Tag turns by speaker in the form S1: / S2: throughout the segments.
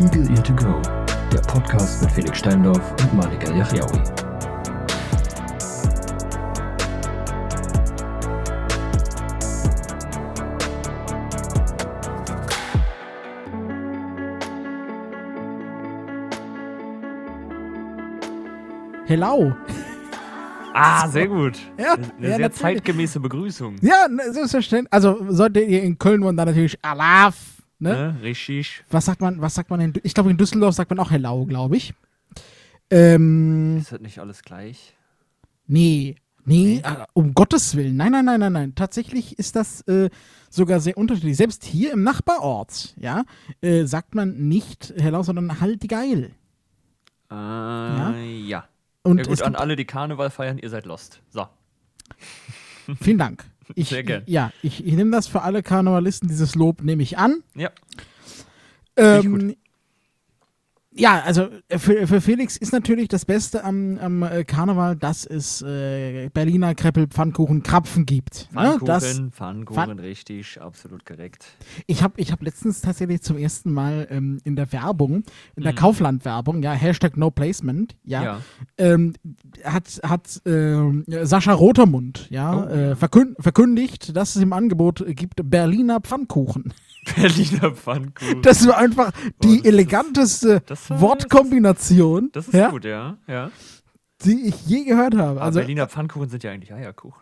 S1: Eagle Ear to Go, der Podcast mit Felix Steindorf und Malika Yachiaoui.
S2: Hello.
S3: Ah, sehr gut.
S2: Ja,
S3: Eine
S2: ja,
S3: sehr
S2: natürlich.
S3: zeitgemäße Begrüßung.
S2: Ja, ne, selbstverständlich. Also solltet ihr in Köln wohnen, dann natürlich Alaf. Ne?
S3: Ne? Richtig.
S2: Was sagt man, was sagt man in, Dü- ich glaube in Düsseldorf sagt man auch Hello, glaube ich. Ähm,
S3: Ist das nicht alles gleich?
S2: nee, nee, ah, um Gottes Willen. Nein, nein, nein, nein, nein. Tatsächlich ist das äh, sogar sehr unterschiedlich. Selbst hier im Nachbarort, ja, äh, sagt man nicht Hello, sondern halt die geil.
S3: Äh, ja. Ja,
S2: Und
S3: gut,
S2: es
S3: an
S2: gibt,
S3: alle, die Karneval feiern, ihr seid lost. So.
S2: vielen Dank. Ich,
S3: Sehr gern.
S2: Ja, ich, ich nehme das für alle Karnevalisten, dieses Lob nehme ich an.
S3: Ja. ich
S2: Ähm, ja, also äh, für, für Felix ist natürlich das Beste am, am äh, Karneval, dass es äh, Berliner Kreppel, Pfannkuchen, Krapfen gibt. Ne?
S3: Pfannkuchen,
S2: Das,
S3: Pfannkuchen,
S2: Pfann-
S3: richtig, absolut korrekt.
S2: ich habe ich hab letztens tatsächlich zum ersten Mal ähm, in der Werbung, in der Kaufland-Werbung, ja, Hashtag No Placement, ja,
S3: Mhm. Ja.
S2: Ähm, hat, hat ähm, Sascha Rotermund, ja,
S3: Oh,
S2: äh, verkün verkündigt, dass es im Angebot äh, gibt Berliner Pfannkuchen.
S3: Berliner Pfannkuchen.
S2: Das war einfach
S3: das
S2: die
S3: ist-
S2: eleganteste
S3: das war-
S2: Wortkombination,
S3: Das ist
S2: ja,
S3: gut, ja. ja.
S2: die ich je gehört habe.
S3: Also,
S2: Also,
S3: Berliner Pfannkuchen sind ja eigentlich Eierkuchen.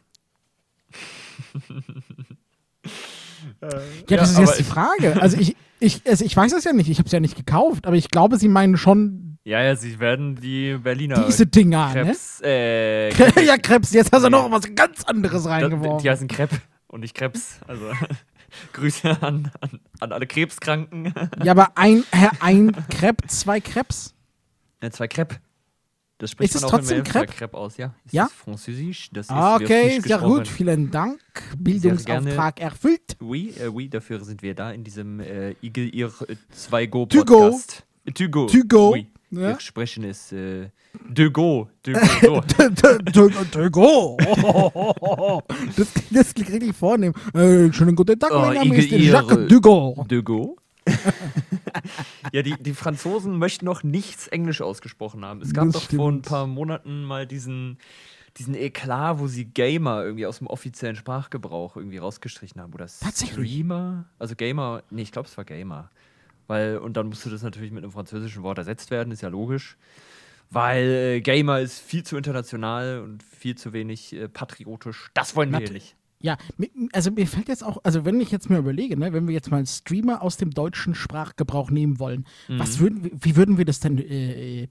S2: ja, das
S3: ja,
S2: ist jetzt
S3: aber
S2: die Frage. Also ich, ich, also ich weiß es ja nicht, ich habe es ja nicht gekauft, aber ich glaube, sie meinen schon
S3: Ja, ja, sie werden die Berliner
S2: diese Dinger,
S3: Äh, Krebs. Äh,
S2: ne? ja, Krebs, jetzt hast du
S3: Ja.
S2: noch was ganz anderes
S3: Da,
S2: reingeworfen.
S3: die heißen Krepp und nicht Krebs. Also Grüße an, an, an alle Krebskranken.
S2: Ja, aber ein, Herr, ein Krebs, zwei Krebs.
S3: Ja, Äh, zwei Krepp. Das spricht
S2: Ist es
S3: man auch
S2: trotzdem
S3: immer Krepp?
S2: Crepe?
S3: Krepp aus, ja. Ist
S2: Ja? Ah,
S3: Das Französisch, das ist wird
S2: Okay,
S3: nicht
S2: sehr gut,
S3: gesprochen.
S2: vielen Dank. Bildungsauftrag erfüllt.
S3: Oui, äh, oui, dafür sind wir da in diesem äh, Igel ihr äh, Zweigo
S2: To go.
S3: Podcast. Äh, To go.
S2: To go,
S3: Oui.
S2: ja.
S3: Wir sprechen es äh, de go, de go. So.
S2: Tögo. Das, das klingt richtig vornehm. Äh, schönen guten Tag,
S3: Oh,
S2: mein Name ist
S3: Igel,
S2: Jacques
S3: Ihre-
S2: Dugo.
S3: De Gaulle. ja, die, die Franzosen möchten noch nichts Englisch ausgesprochen haben. Es gab
S2: Das
S3: doch vor ein
S2: stimmt.
S3: paar Monaten mal diesen, diesen Eklat, wo sie Gamer irgendwie aus dem offiziellen Sprachgebrauch irgendwie rausgestrichen haben. Oder
S2: Tatsächlich?
S3: Streamer. Also Gamer, nee, ich glaube, es war Gamer. Weil, und dann musste das natürlich mit einem französischen Wort ersetzt werden, ist ja logisch. Weil äh, Gamer ist viel zu international und viel zu wenig äh, patriotisch. Das wollen wir
S2: Nat-
S3: hier nicht.
S2: Ja, mi- also mir fällt jetzt auch, also wenn ich jetzt mir überlege, ne, wenn wir jetzt mal einen Streamer aus dem deutschen Sprachgebrauch nehmen wollen,
S3: Mhm.
S2: was würden, wir- wie würden wir das denn äh, äh,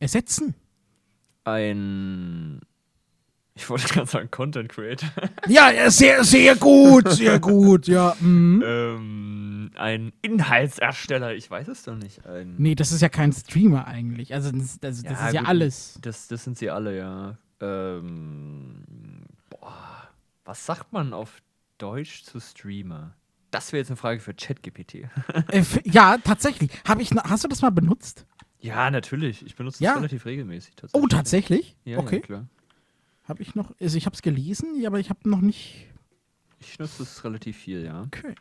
S2: ersetzen?
S3: Ein. Ich wollte gerade sagen, Content Creator.
S2: Ja, ja, sehr, sehr gut, sehr gut, ja. mhm.
S3: Ähm, ein Inhaltsersteller, ich weiß es doch nicht. Ein,
S2: Nee, das ist ja kein Streamer eigentlich. Also das, das, das ist ja
S3: gut,
S2: alles.
S3: Das, das sind sie alle, ja. Ähm, boah, was sagt man auf Deutsch zu Streamer? Das wäre jetzt eine Frage für ChatGPT.
S2: Äh, f- ja, tatsächlich. Hab ich, na- hast du das mal benutzt?
S3: ja, natürlich. Ich benutze
S2: Ja.
S3: das relativ regelmäßig. Tatsächlich.
S2: Oh, tatsächlich?
S3: Ja,
S2: okay.
S3: ja, klar.
S2: Habe ich noch, also ich habe es gelesen, ja, aber ich habe noch nicht.
S3: Ich nutze es relativ viel, ja.
S2: Okay.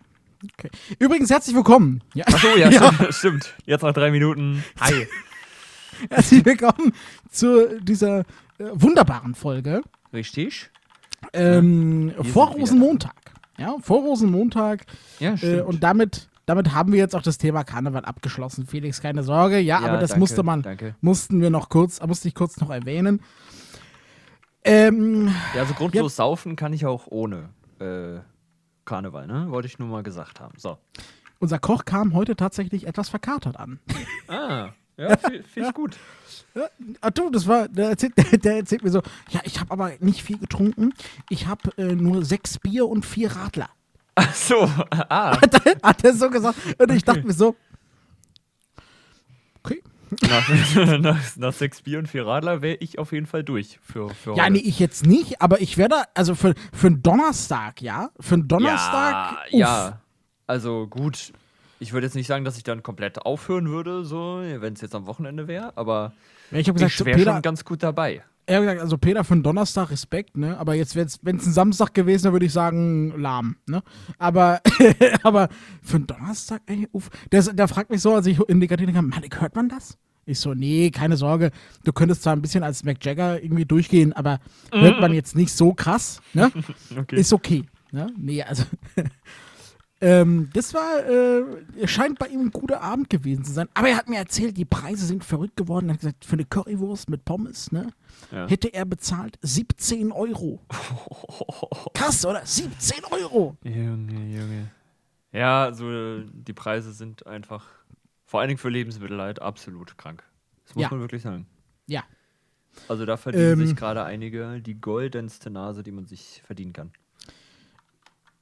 S2: okay. Übrigens, herzlich willkommen. Ja,
S3: Achso, ja, ja. Stimmt, stimmt. Jetzt nach drei Minuten. Hi.
S2: herzlich willkommen zu dieser äh, wunderbaren Folge.
S3: Richtig?
S2: Ähm,
S3: sind
S2: vor
S3: wieder
S2: Rosenmontag. Ja, vor Rosenmontag.
S3: Ja,
S2: Äh, und damit, damit haben wir jetzt auch das Thema Karneval abgeschlossen. Felix, keine Sorge. Ja,
S3: Ja,
S2: aber das
S3: danke,
S2: musste man,
S3: danke.
S2: mussten wir noch kurz, musste ich kurz noch erwähnen. Ähm,
S3: Ja, also grundlos saufen kann ich auch ohne äh, Karneval, ne? Wollte ich nur mal gesagt haben. So.
S2: unser Koch kam heute tatsächlich etwas verkatert an.
S3: Ah, ja, finde ich gut.
S2: Ja, ah, du, das war, der erzählt, der, erzählt mir so, ja, ich habe aber nicht viel getrunken. Ich habe äh, nur sechs Bier und vier Radler.
S3: Ach so, ah,
S2: Hat er- Hat er so gesagt. Und ich dachte mir so, okay.
S3: nach, nach, nach sechs Bier und vier Radler wäre ich auf jeden Fall durch für, für
S2: Ja,
S3: heute.
S2: nee, ich jetzt nicht, aber ich werde, also für, für einen Donnerstag, ja? Für einen Donnerstag, uff.
S3: Ja, ja, also gut. Ich würde jetzt nicht sagen, dass ich dann komplett aufhören würde, so, wenn es jetzt am Wochenende wäre, aber
S2: Ja, Ich habe gesagt,
S3: ich
S2: zu
S3: wäre
S2: Peter,
S3: schon ganz gut dabei.
S2: ehrlich gesagt, also Peter für einen Donnerstag Respekt, ne? Aber jetzt, wenn es ein Samstag gewesen wäre, würde ich sagen, lahm, ne? Aber, aber für einen Donnerstag, ey, uff. Das, der fragt mich so, als ich in die Kantine kam, Mann, hört man das? Ich so, nee, keine Sorge. Du könntest zwar ein bisschen als Mac Jagger irgendwie durchgehen, aber hört man jetzt nicht so krass, ne?
S3: Okay.
S2: Ist okay. Ne? Nee, also. ähm, das war, äh, scheint bei ihm ein guter Abend gewesen zu sein. Aber er hat mir erzählt, die Preise sind verrückt geworden. Er hat gesagt, für eine Currywurst mit Pommes, ne?
S3: Ja.
S2: Hätte er bezahlt 17 Euro. Krass, oder? 17 Euro.
S3: Junge, Junge. Ja, also äh, die Preise sind einfach, vor allen Dingen für Lebensmittel halt, absolut krank. Das muss
S2: Ja.
S3: man wirklich sagen.
S2: Ja.
S3: Also da verdienen
S2: Ähm.
S3: sich gerade einige die goldenste Nase, die man sich verdienen kann.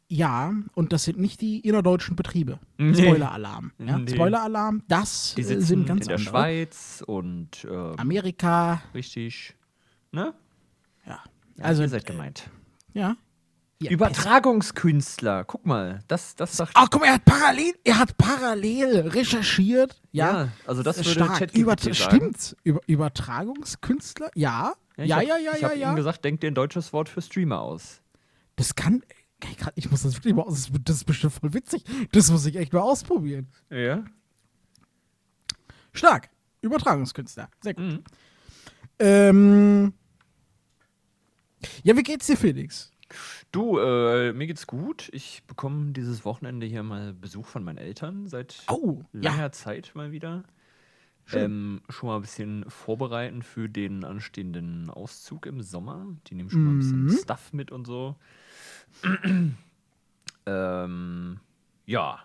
S2: Ja, und das sind nicht die innerdeutschen Betriebe.
S3: Nee.
S2: Spoiler-Alarm. Ja?
S3: Nee.
S2: Spoiler-Alarm, das
S3: Die
S2: äh,
S3: sitzen
S2: sind ganz
S3: in der
S2: andere. Ah.
S3: Schweiz und äh,
S2: Amerika,
S3: richtig, ne?
S2: ja.
S3: Ja,
S2: Also,
S3: ihr seid gemeint.
S2: ja. Ihr
S3: Übertragungskünstler, guck mal, das, das sagt
S2: Ach, Ah, guck mal, er hat parallel, er hat parallel recherchiert. Ja,
S3: Ja, also das würde ChatGPT
S2: Äh, Über
S3: sagen.
S2: Stimmt, Über Übertragungskünstler? Ja,
S3: ich
S2: ja,
S3: hab-
S2: ja, ja,
S3: Ich
S2: ja,
S3: habe ihm
S2: ja.
S3: gesagt, denk dir ein deutsches Wort für Streamer aus.
S2: Das kann, ich, kann, ich muss das wirklich mal aus, das ist bestimmt voll witzig. Das muss ich echt mal ausprobieren.
S3: Ja.
S2: Stark, Übertragungskünstler, sehr gut.
S3: Mhm.
S2: Ähm, ja, wie geht's dir, Felix?
S3: Du, äh, mir geht's gut. Ich bekomme dieses Wochenende hier mal Besuch von meinen Eltern seit
S2: Oh,
S3: langer
S2: ja.
S3: Zeit mal wieder.
S2: Schön.
S3: Ähm, schon mal ein bisschen vorbereiten für den anstehenden Auszug im Sommer. Die nehmen schon mal ein bisschen
S2: Mhm.
S3: Stuff mit und so. ähm, ja.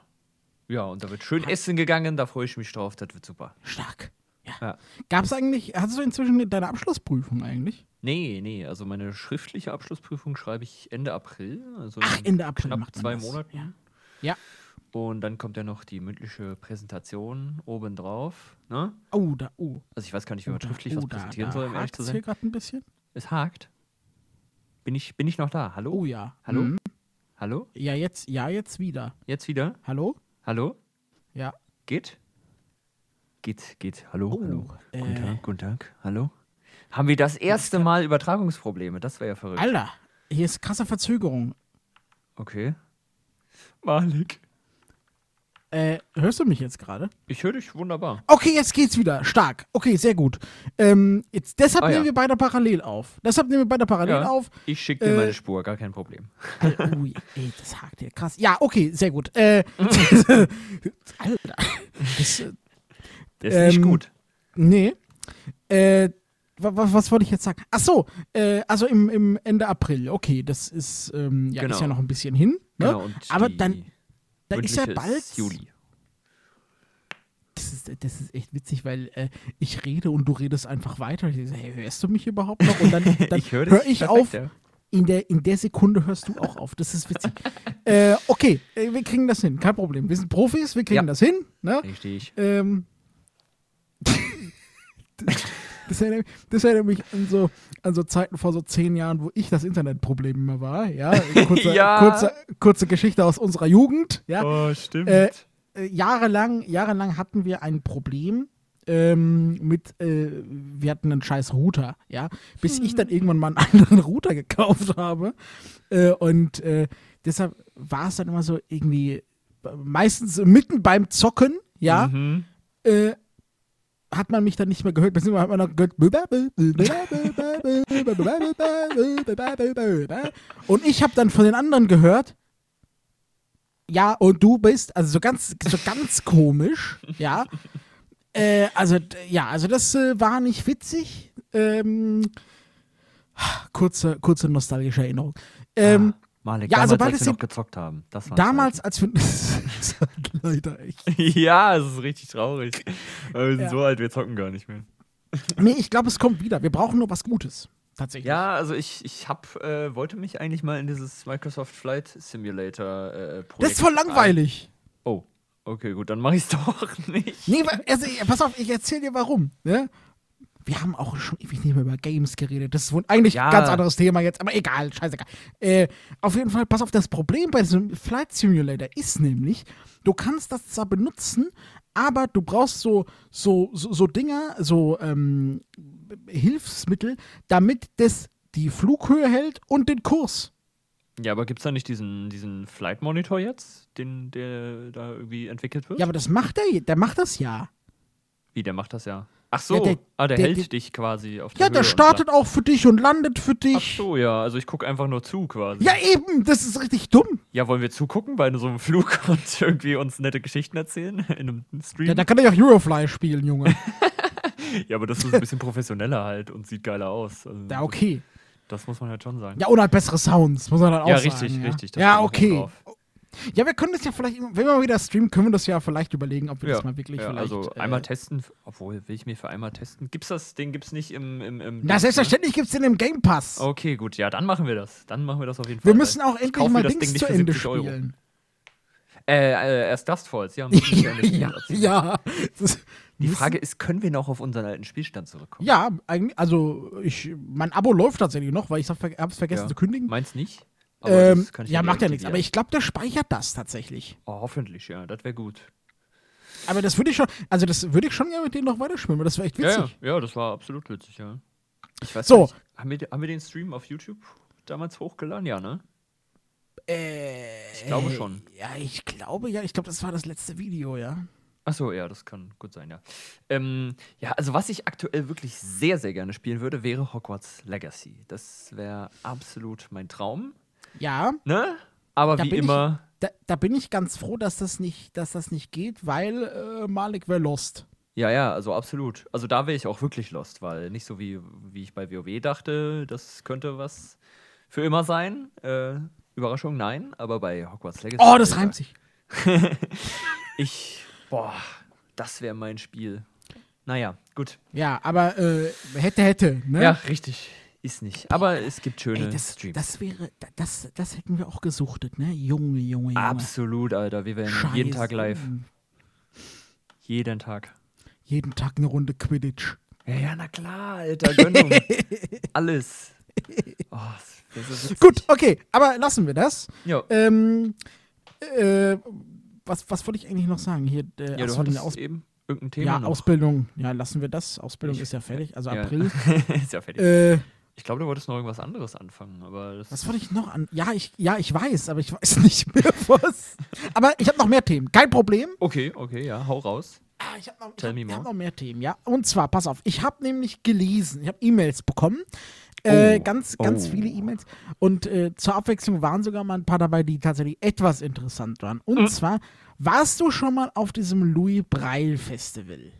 S3: Ja, und da wird schön essen gegangen, da freue ich mich drauf, das wird super.
S2: Stark. Ja.
S3: Ja.
S2: Gab's eigentlich, hast du inzwischen deine Abschlussprüfung
S3: Ähm,
S2: eigentlich?
S3: Nee, nee, also meine schriftliche Abschlussprüfung schreibe ich Ende April. Also
S2: Ach,
S3: in
S2: Ende April
S3: Knapp
S2: macht man
S3: zwei
S2: das.
S3: Monaten.
S2: Ja. ja.
S3: Und dann kommt ja noch die mündliche Präsentation obendrauf. Ne?
S2: Oh, da, oh.
S3: Also ich weiß gar nicht, wie man
S2: Oder-
S3: schriftlich was
S2: oder
S3: präsentieren
S2: da
S3: soll, um ehrlich
S2: hakt's
S3: zu sein.
S2: hier gerade ein bisschen?
S3: Es hakt. Bin ich, bin ich noch da? Hallo?
S2: Oh ja.
S3: Hallo?
S2: Mhm.
S3: Hallo?
S2: Ja, jetzt, ja, jetzt wieder.
S3: Jetzt wieder?
S2: Hallo?
S3: Hallo?
S2: Ja.
S3: Geht? Geht, geht. Hallo?
S2: Oh,
S3: hallo. Guten
S2: äh.
S3: Tag, guten Tag. Hallo? Haben wir das erste Mal Übertragungsprobleme? Das wäre ja verrückt.
S2: Alter, hier ist krasse Verzögerung.
S3: Okay. Malik.
S2: Äh, hörst du mich jetzt gerade?
S3: Ich höre dich wunderbar.
S2: Okay, jetzt geht's wieder. Stark. Okay, sehr gut. Ähm, jetzt, deshalb
S3: Ah, ja.
S2: nehmen wir beide parallel auf. Deshalb nehmen wir beide parallel
S3: Ja.
S2: auf.
S3: Ich schicke dir
S2: Äh.
S3: meine Spur, gar kein Problem.
S2: Alter, ui, ey, das hakt hier. Krass. Ja, okay, sehr gut. Äh, Alter. Das, äh,
S3: Das ist
S2: Ähm,
S3: nicht gut.
S2: nee. Äh, wa- wa- was wollte ich jetzt sagen? Ach so, äh, also im, im Ende April. Okay, das ist, ähm, ja,
S3: Genau.
S2: ist ja noch ein bisschen hin. Ne?
S3: Genau, und
S2: Aber
S3: die
S2: dann, dann ist ja
S3: mündliche
S2: bald
S3: Juli.
S2: Das ist, das ist echt witzig, weil äh, ich rede und du redest einfach weiter. Ich so, hey, hörst du mich überhaupt noch? Und dann, dann
S3: Ich höre dich
S2: hör ich
S3: perfekt,
S2: auf.
S3: ja.
S2: In, der, in der Sekunde hörst du auch auf. Das ist witzig. äh, okay, äh, wir kriegen das hin. Kein Problem. Wir sind Profis, wir kriegen
S3: Ja.
S2: das hin. Ne?
S3: Richtig.
S2: Ähm, das, erinnert, das erinnert mich an so, an so Zeiten vor so zehn Jahren, wo ich das Internetproblem immer war. Ja, kurze,
S3: Ja.
S2: Kurze, kurze Geschichte aus unserer Jugend. Ja
S3: Oh, stimmt.
S2: äh, äh, jahrelang, jahrelang hatten wir ein Problem ähm, mit, äh, wir hatten einen scheiß Router, ja, bis ich dann irgendwann mal einen anderen Router gekauft habe. Äh, und äh, deshalb war es dann immer so irgendwie, äh, meistens mitten beim Zocken, ja,
S3: Mhm.
S2: äh, hat man mich dann nicht mehr gehört, beziehungsweise hat man noch gehört. Und ich habe dann von den anderen gehört, ja, und du bist, also so ganz, so ganz komisch, ja. Äh, also, d- ja, also das äh, war nicht witzig. Ähm, kurze, kurze nostalgische Erinnerung. Ähm,
S3: ah, Malik,
S2: ja,
S3: damals,
S2: also bald
S3: als
S2: ist
S3: wir
S2: die-
S3: noch gezockt haben. Das war
S2: damals, als wir. das ist halt leider echt.
S3: ja, es ist richtig traurig. Aber wir sind so alt, wir zocken gar nicht mehr.
S2: Nee, ich glaube, es kommt wieder. Wir brauchen nur was Gutes. Tatsächlich.
S3: Ja, also ich, ich hab, äh, wollte mich eigentlich mal in dieses Microsoft Flight Simulator äh, Projekt.
S2: Das ist voll langweilig.
S3: ein- Oh, okay, gut, dann mache ich es doch nicht.
S2: Nee, wa- also, ich- pass auf, ich erzähl dir warum. Ne? Wir haben auch schon ewig nicht mehr über Games geredet. Das ist wohl eigentlich
S3: Ja.
S2: ein ganz anderes Thema jetzt, aber egal, scheißegal. Äh, auf jeden Fall, pass auf, das Problem bei diesem Flight Simulator ist nämlich, du kannst das zwar benutzen, Aber du brauchst so, so, so, so Dinger, so ähm, Hilfsmittel, damit das die Flughöhe hält und den Kurs.
S3: Ja, aber gibt es da nicht diesen, diesen Flight Monitor jetzt, den, der da irgendwie entwickelt wird?
S2: Ja, aber das macht er, der macht das ja.
S3: Wie, der macht das ja. Ach so,
S2: Ja, der-
S3: ah, der,
S2: der-
S3: hält
S2: der-
S3: dich quasi auf der
S2: Ja, der
S3: Höhe und
S2: startet
S3: sagt-
S2: auch für dich und landet für
S3: Ach
S2: dich.
S3: so, ja, also ich gucke einfach nur zu quasi.
S2: Ja, eben, das ist richtig dumm.
S3: Ja, wollen wir zugucken bei so einem Flug und irgendwie uns nette Geschichten erzählen in einem Stream?
S2: Ja, da kann er ja auch Eurofly spielen, Junge.
S3: Ja, aber das ist ein bisschen professioneller halt und sieht geiler aus. Also,
S2: Ja, okay.
S3: Das muss man halt schon sagen.
S2: Ja, oder halt bessere Sounds, muss man dann auch
S3: Ja,
S2: sagen.
S3: richtig,
S2: ja.
S3: richtig. das
S2: Ja,
S3: kommt auch noch
S2: okay.
S3: drauf.
S2: Ja, wir können das ja vielleicht, wenn wir mal wieder streamen, können wir das ja vielleicht überlegen, ob wir das mal wirklich
S3: ja,
S2: vielleicht. äh,
S3: also einmal testen, obwohl will ich mir für einmal testen. Gibt's das? Den gibt's nicht im. im, im
S2: Na,
S3: Dings, ne?
S2: selbstverständlich gibt es den im Game Pass.
S3: Okay, gut, ja, dann machen wir das. Dann machen wir das auf jeden Fall.
S2: wir müssen auch
S3: Oh, Ich
S2: endlich
S3: kauf mir
S2: mal
S3: das
S2: Dings
S3: Ding nicht
S2: zu
S3: für
S2: Ende
S3: 70 Euro.
S2: spielen.
S3: Äh, äh, erst Dustfalls, ja. müssen wir zu Ende spielen.
S2: ja, ja. Das
S3: Die
S2: müssen-
S3: Frage ist, können wir noch auf unseren alten Spielstand zurückkommen?
S2: Ja, eigentlich, also ich, mein Abo läuft tatsächlich noch, weil ich hab's ver- hab's vergessen
S3: Ja.
S2: zu kündigen.
S3: Meins nicht. aber
S2: Ähm,
S3: das kann ich
S2: ja, macht ja
S3: deaktivieren.
S2: nichts. Aber ich glaube, der speichert das tatsächlich.
S3: Oh, hoffentlich, ja, das wäre gut.
S2: Aber das würde ich schon, also das würde ich schon gerne mit denen noch weiterspielen, weil das war echt witzig.
S3: Ja, ja, ja, das war absolut witzig, ja. Ich weiß
S2: So.
S3: gar nicht, haben wir, haben wir den Stream auf YouTube damals hochgeladen? Ja, ne?
S2: Äh, ich
S3: glaube schon.
S2: Ja, ich glaube ja. Ich glaube, das war das letzte Video, ja.
S3: Achso, ja, das kann gut sein, ja. Ähm, ja, also was ich aktuell wirklich sehr, sehr gerne spielen würde, wäre Hogwarts Legacy. Das wäre absolut mein Traum,
S2: Ja,
S3: ne? Aber
S2: Da
S3: wie
S2: bin ich-
S3: immer,
S2: da, da bin ich ganz froh, dass das nicht, dass das nicht geht, weil äh, Malik wäre lost.
S3: ja, ja, also absolut. Also da wäre ich auch wirklich lost, weil nicht so wie, wie ich bei WoW dachte, das könnte was für immer sein. Äh, Überraschung, nein, aber bei Hogwarts Legacy.
S2: Oh, das
S3: Alter,
S2: reimt sich.
S3: Ich, boah, das wäre mein Spiel. Naja, gut.
S2: Ja, aber äh, hätte, hätte. Ne?
S3: Ja, richtig. Ist nicht. Aber es gibt schöne
S2: Ey, das,
S3: Streams.
S2: das wäre, da- das, das hätten wir auch gesuchtet, ne? Junge, Junge, Junge.
S3: Absolut, Alter. Wir wären jeden
S2: Scheiße.
S3: Tag live. Jeden Tag.
S2: Jeden Tag eine Runde Quidditch.
S3: Ja, ja, na klar, Alter. Gönnung. Alles. Oh, das wär so witzig.
S2: Gut, okay, aber lassen wir das.
S3: Ja,
S2: Ähm, äh, was, was wollte ich eigentlich noch sagen? Hier, äh,
S3: ja
S2: aus-
S3: du
S2: von
S3: hattest
S2: der Aus-
S3: eben irgendein Thema
S2: ja,
S3: noch.
S2: Ausbildung. Ja, lassen wir das. Ausbildung
S3: Ich-
S2: ist ja fertig, also
S3: Ja.
S2: April.
S3: Ist ja fertig.
S2: Äh,
S3: Ich glaube, du wolltest noch irgendwas anderes anfangen, aber das
S2: was wollte ich noch an? Ja, ich, ja, ich weiß, aber ich weiß nicht mehr was. aber ich habe noch mehr Themen. Kein Problem.
S3: Okay, okay, ja, hau raus.
S2: Ah, Ich habe noch, ich
S3: Tell
S2: hab,
S3: me
S2: ich hab
S3: more.
S2: noch mehr Themen, ja. Und zwar, pass auf, ich habe nämlich gelesen, ich habe E-Mails bekommen. Äh,
S3: Oh.
S2: Ganz, ganz
S3: Oh.
S2: viele E-Mails. Und äh, zur Abwechslung waren sogar mal ein paar dabei, die tatsächlich etwas interessant waren.
S3: Äh.
S2: Und zwar, warst du schon mal auf diesem Louis Breil Festival?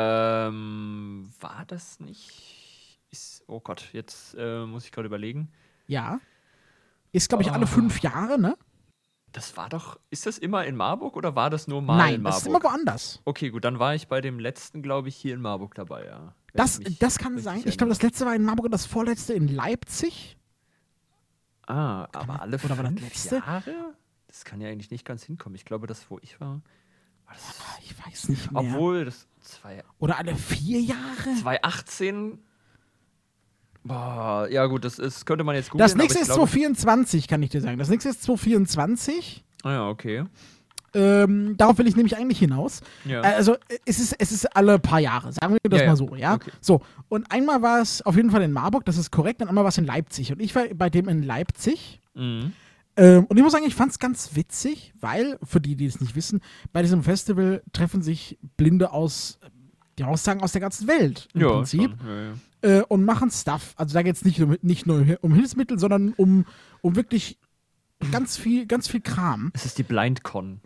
S3: Ähm, war das nicht? Ist, oh Gott, jetzt äh, muss ich gerade überlegen.
S2: Ja. Ist, glaube ich, alle
S3: Oh.
S2: fünf Jahre, ne?
S3: Das war doch. Ist das immer in Marburg oder war das nur mal in
S2: Nein,
S3: Marburg?
S2: das ist immer woanders.
S3: okay, gut, dann war ich bei dem letzten, glaube ich, hier in Marburg dabei, ja. Wenn
S2: Das,
S3: ich mich
S2: das kann
S3: richtig
S2: sein. Ich glaube, das letzte war in Marburg und das vorletzte in Leipzig.
S3: erinnere. Ah, aber alle
S2: oder war das
S3: fünf
S2: letzte?
S3: Jahre? Das kann ja eigentlich nicht ganz hinkommen. Ich glaube, das, wo ich war. War das,
S2: Ah, Ich weiß nicht mehr.
S3: obwohl, das zwei-
S2: Oder alle vier Jahre?
S3: 2018. Boah, ja, gut, das ist, könnte man jetzt googeln.
S2: Das nächste
S3: aber
S2: ist
S3: ich glaube,
S2: 224, kann ich dir sagen. Das nächste ist 224.
S3: Ah, ja, okay.
S2: Ähm, darauf will ich nämlich eigentlich hinaus.
S3: Ja.
S2: Äh, Also äh, es ist, es ist alle paar Jahre, sagen wir das
S3: Ja, ja.
S2: mal so, ja.
S3: Okay.
S2: So, und einmal war es auf jeden Fall in Marburg, das ist korrekt, und einmal war es in Leipzig. Und ich war bei dem in Leipzig.
S3: Mhm.
S2: Ähm, und ich muss sagen, ich fand es ganz witzig, weil, für die, die es nicht wissen, bei diesem Festival treffen sich Blinde aus, äh, ja, aussagen aus der ganzen Welt im
S3: ja,
S2: Prinzip
S3: Schon. Ja, ja.
S2: äh, und machen Stuff. Also da geht es nicht, um, nicht nur um Hilfsmittel, sondern um, um wirklich ganz viel, ganz viel Kram.
S3: Es ist die BlindCon.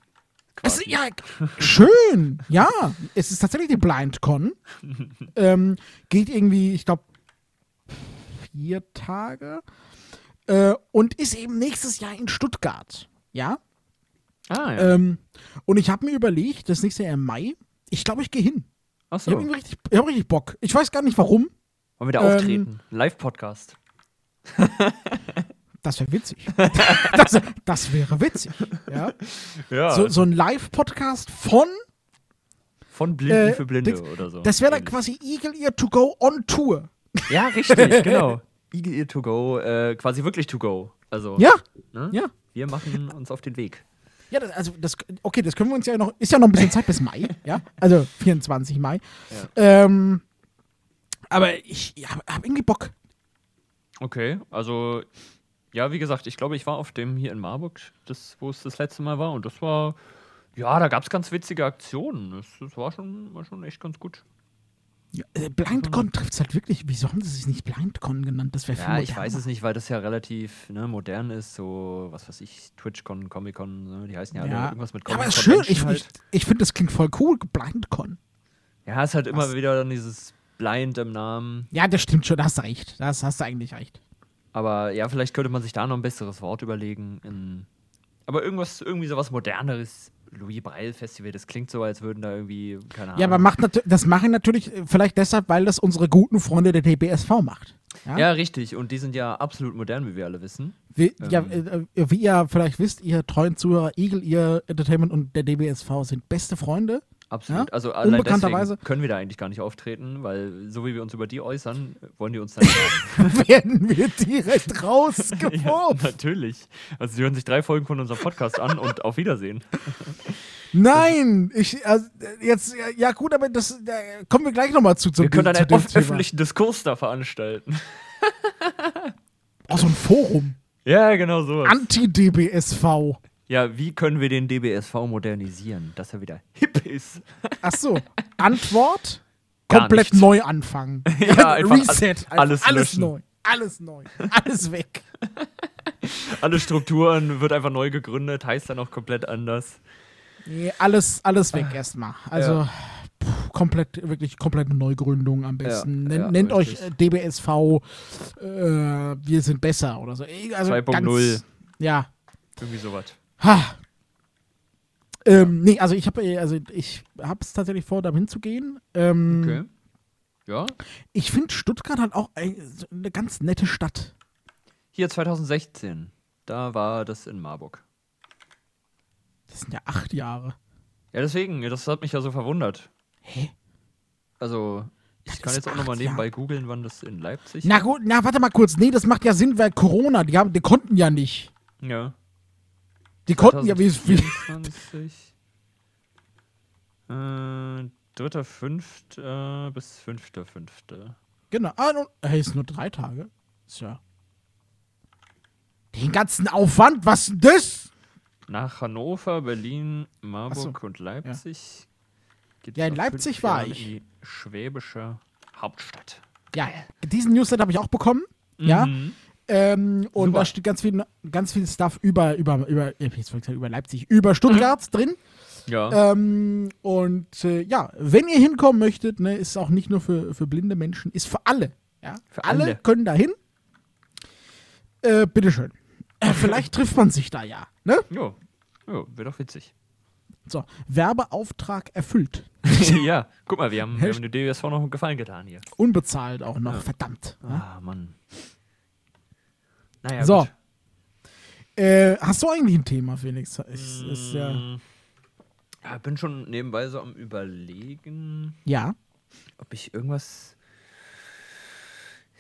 S2: Es,
S3: quasi.
S2: ja, schön, ja. Es ist tatsächlich die BlindCon. ähm, geht irgendwie, ich glaube, vier Tage. Äh, und ist eben nächstes Jahr in Stuttgart. Ja.
S3: Ah, ja.
S2: Ähm, und ich habe mir überlegt, das nächste Jahr im Mai, ich glaube, ich gehe hin.
S3: Achso.
S2: Ich habe
S3: Wollen
S2: richtig, ich hab richtig Bock. Ich weiß gar nicht warum.
S3: wir da
S2: ähm,
S3: auftreten? Live-Podcast.
S2: Das wäre witzig. das, das wäre witzig. Ja?
S3: Ah, Ja.
S2: So, so ein Live-Podcast von,
S3: Von Blinden
S2: äh,
S3: für Blinde
S2: Dings-
S3: oder so.
S2: das wäre dann
S3: Ähnlich.
S2: quasi Eagle Ear to Go on Tour.
S3: Ja, richtig, genau. Eagle Ear to go, äh, quasi wirklich to go. Also,
S2: Ja,
S3: ne?
S2: ja.
S3: wir machen uns auf den Weg.
S2: Ja, das, also das, okay, das können wir uns ja noch, ist ja noch ein bisschen Zeit bis Mai, ja, also 24 Mai. Ähm, aber ich habe hab irgendwie Bock.
S3: Okay, also ja, wie gesagt, ich glaube, ich war auf dem hier in Marburg, das, wo es das letzte Mal war. Und das war, ja, da gab es ganz witzige Aktionen. Das, das war, schon, war schon echt ganz gut.
S2: Ja, äh, BlindCon trifft es halt wirklich. Wieso haben sie es nicht BlindCon genannt? Das wäre viel
S3: Ja, ich
S2: moderner.
S3: weiß es nicht, weil das ja relativ ne, modern ist. So, was weiß ich, TwitchCon, ComicCon, ne, die heißen ja, alle
S2: Ja.
S3: irgendwas mit
S2: Ja,
S3: Comic.
S2: aber ist schön. Ich, ich,
S3: halt-
S2: ich finde, das klingt voll cool. BlindCon.
S3: Ja, es ist halt immer
S2: Was?
S3: wieder dann dieses Blind im Namen.
S2: Ja, das stimmt schon. Da hast du recht. Da hast- hast du eigentlich recht.
S3: Aber ja, vielleicht könnte man sich da noch ein besseres Wort überlegen. In, aber irgendwas, irgendwie sowas moderneres. Louis Breil Festival, das klingt so, als würden da irgendwie, keine Ahnung.
S2: Ja, aber macht natür- das machen natürlich äh, vielleicht deshalb, weil das unsere guten Freunde der DBSV macht. Ja,
S3: Ja, richtig. Und die sind ja absolut modern, wie wir alle wissen.
S2: wie, ja
S3: ähm.
S2: äh, äh, wie ihr vielleicht wisst, ihr treuen Zuhörer, Eagle, ihr Entertainment und der DBSV sind beste Freunde.
S3: Absolut.
S2: Ja,
S3: Also allein
S2: unbekannterweise-
S3: deswegen können wir da eigentlich gar nicht auftreten, weil so wie wir uns über die äußern, wollen die uns dann
S2: Werden wir direkt
S3: ja,
S2: rausgeworfen.
S3: natürlich. Also sie hören sich drei Folgen von unserem Podcast an und auf Wiedersehen.
S2: Nein, ich, also, äh, jetzt, ja, ja gut, aber das, da kommen wir gleich nochmal zu. zu
S3: Wir können dann
S2: zu
S3: einen
S2: dem
S3: off-
S2: Thema.
S3: öffentlichen Diskurs da veranstalten.
S2: Oh, so ein Forum.
S3: Ja, genau so.
S2: Anti-DBSV.
S3: Ja, wie können wir den DBSV modernisieren, dass er wieder hip ist?
S2: Ach so, Antwort?
S3: Gar
S2: Komplett
S3: nichts.
S2: neu anfangen.
S3: Ja, einfach
S2: Reset.
S3: al-
S2: einfach
S3: alles
S2: alles
S3: löschen.
S2: neu. Alles neu. Alles weg.
S3: Alle Strukturen wird einfach neu gegründet, heißt dann auch komplett anders.
S2: Nee, alles, alles
S3: Ah.
S2: weg erstmal. Also puh, komplett, wirklich komplette Neugründung am besten. Nen,
S3: ja,
S2: nennt euch
S3: richtig.
S2: äh, DBSV, äh, wir sind besser oder so. Äh, Also
S3: 2.0.
S2: ganz- Ja.
S3: Irgendwie sowas.
S2: Ha. Ähm, nee, also ich habe also ich hab's tatsächlich vor, da hinzugehen. Ähm,
S3: Okay. Mhm. Ja.
S2: Ich finde Stuttgart halt auch ein- so eine ganz nette Stadt.
S3: Hier 2016, da war das in Marburg.
S2: Das sind ja acht Jahre.
S3: Ja, deswegen, das hat mich ja so verwundert.
S2: Hä?
S3: Also, ich
S2: Das
S3: kann
S2: ist
S3: jetzt auch nochmal
S2: acht
S3: nebenbei
S2: Jahre.
S3: googeln, wann das in Leipzig
S2: Na gut, na warte mal kurz. Nee, das macht ja Sinn, weil Corona, die, haben, die konnten ja nicht.
S3: Ja.
S2: Die konnten ja, wie, wie
S3: 2024. Äh, Dritter, fünfter bis fünfter, fünfter.
S2: Genau. Ah, nun, hey, ist nur drei Tage. Ist ja. Den ganzen Aufwand, was denn das?
S3: Nach Hannover, Berlin, Marburg und Leipzig. geht's
S2: Ja, in
S3: nach
S2: Leipzig
S3: fünf
S2: war
S3: Jahren
S2: ich.
S3: In die schwäbische Hauptstadt.
S2: Ja, diesen Newsletter habe ich auch bekommen. Ja.
S3: Mhm.
S2: Ähm, und
S3: Super.
S2: da steht ganz viel, ganz viel Stuff über, über, über, ich hab jetzt wollte ich sagen, über Leipzig, über Stuttgart
S3: Mhm.
S2: drin.
S3: Ja.
S2: Ähm, und äh, ja, wenn ihr hinkommen möchtet, ne, ist auch nicht nur für, für blinde Menschen, ist für alle. Ja?
S3: Für
S2: alle,
S3: alle.
S2: können da hin. Äh, bitteschön. Äh, vielleicht trifft man sich da ja. Ne?
S3: Jo. Jo, wäre doch witzig.
S2: So, Werbeauftrag erfüllt.
S3: ja, guck mal, wir haben, wir haben der DWSV noch einen Gefallen getan hier.
S2: Unbezahlt auch noch, verdammt. ne?
S3: Ah, Mann. Naja,
S2: Hm? So.
S3: gut.
S2: Äh, hast du eigentlich ein Thema, Felix? Ist, ist, ja,
S3: Mm. Ja, bin schon nebenbei so am Überlegen,
S2: ja.
S3: ob ich irgendwas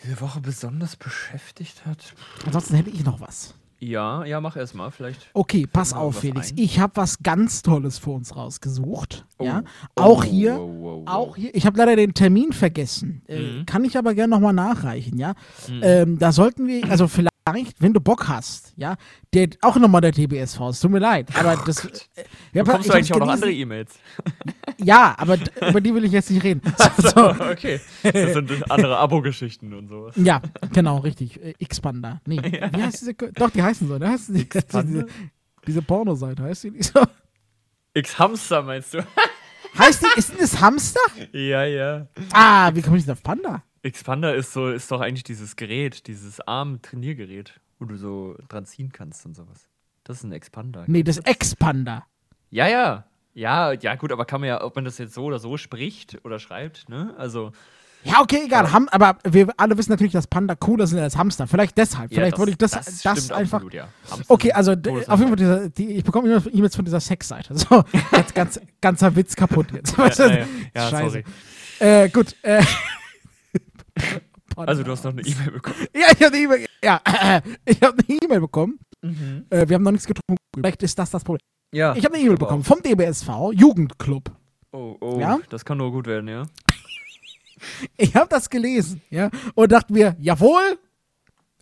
S3: diese Woche besonders beschäftigt hat.
S2: Ansonsten hätte ich noch was.
S3: Ja, ja, mach erst mal, vielleicht.
S2: Okay, pass
S3: Fällt mir
S2: auf,
S3: was
S2: Felix.
S3: ein?
S2: Ich habe was ganz Tolles für uns rausgesucht.
S3: Oh.
S2: Ja?
S3: Oh,
S2: Auch hier,
S3: wow, wow, wow.
S2: auch hier. Ich habe leider den Termin vergessen. Äh,
S3: Mhm.
S2: kann ich aber gerne nochmal nachreichen. Ja, ähm, da sollten wir, also vielleicht, wenn du Bock hast, ja, der auch nochmal der TBSV. Es tut mir leid, aber
S3: Oh
S2: das. Äh, ja,
S3: Bekommst du
S2: ich hab's
S3: eigentlich auch noch
S2: gelesen.
S3: andere E-Mails?
S2: Ja, aber d- über die will ich jetzt nicht reden. So, so.
S3: okay. Das sind andere Abo-Geschichten und sowas.
S2: Ja, genau, richtig. Äh, Xpander. Nee, wie heißt diese? Ko- Doch, die heißen so. Ne? Heißen die,
S3: Xpander?
S2: diese diese Porno-Seite heißt die nicht so?
S3: X-Hamster meinst du?
S2: Heißt die, ist denn das Hamster?
S3: ja, ja.
S2: Ah, wie komme ich denn auf Panda?
S3: Expander ist so, ist doch eigentlich dieses Gerät, dieses Arm-Trainiergerät, wo du so dran ziehen kannst und sowas. Das ist ein Expander.
S2: Nee, das Ex-Panda.
S3: Ja, ja. Ja, ja, gut, aber kann man ja, ob man das jetzt so oder so spricht oder schreibt, ne? Also,
S2: Ja, okay, egal. Ham, aber wir alle wissen natürlich, dass Panda cooler sind als Hamster. Vielleicht deshalb.
S3: ja,
S2: Vielleicht wollte ich das, das,
S3: das, stimmt
S2: einfach.
S3: Absolut, ja. Hamster
S2: Okay,
S3: sind
S2: also d-
S3: Todesanfall.
S2: auf jeden Fall, dieser, die, ich bekomme immer E-Mails von dieser Sexseite. So, jetzt ganz, ganzer Witz kaputt jetzt.
S3: Ja, ja, ja, sorry.
S2: Äh, gut. Äh,
S3: Also, du hast noch eine E-Mail bekommen.
S2: Ja, ich habe eine
S3: Mhm.
S2: E-Mail. Ja, ich habe eine E-Mail bekommen. Äh, wir haben noch nichts getrunken. Vielleicht ist das das Problem.
S3: Ja.
S2: Ich habe eine E-Mail
S3: Wow.
S2: bekommen vom DBSV, Jugendclub.
S3: Oh, oh,
S2: Ja?
S3: das kann nur gut werden, ja.
S2: Ich habe das gelesen, ja, und dachte mir, jawohl,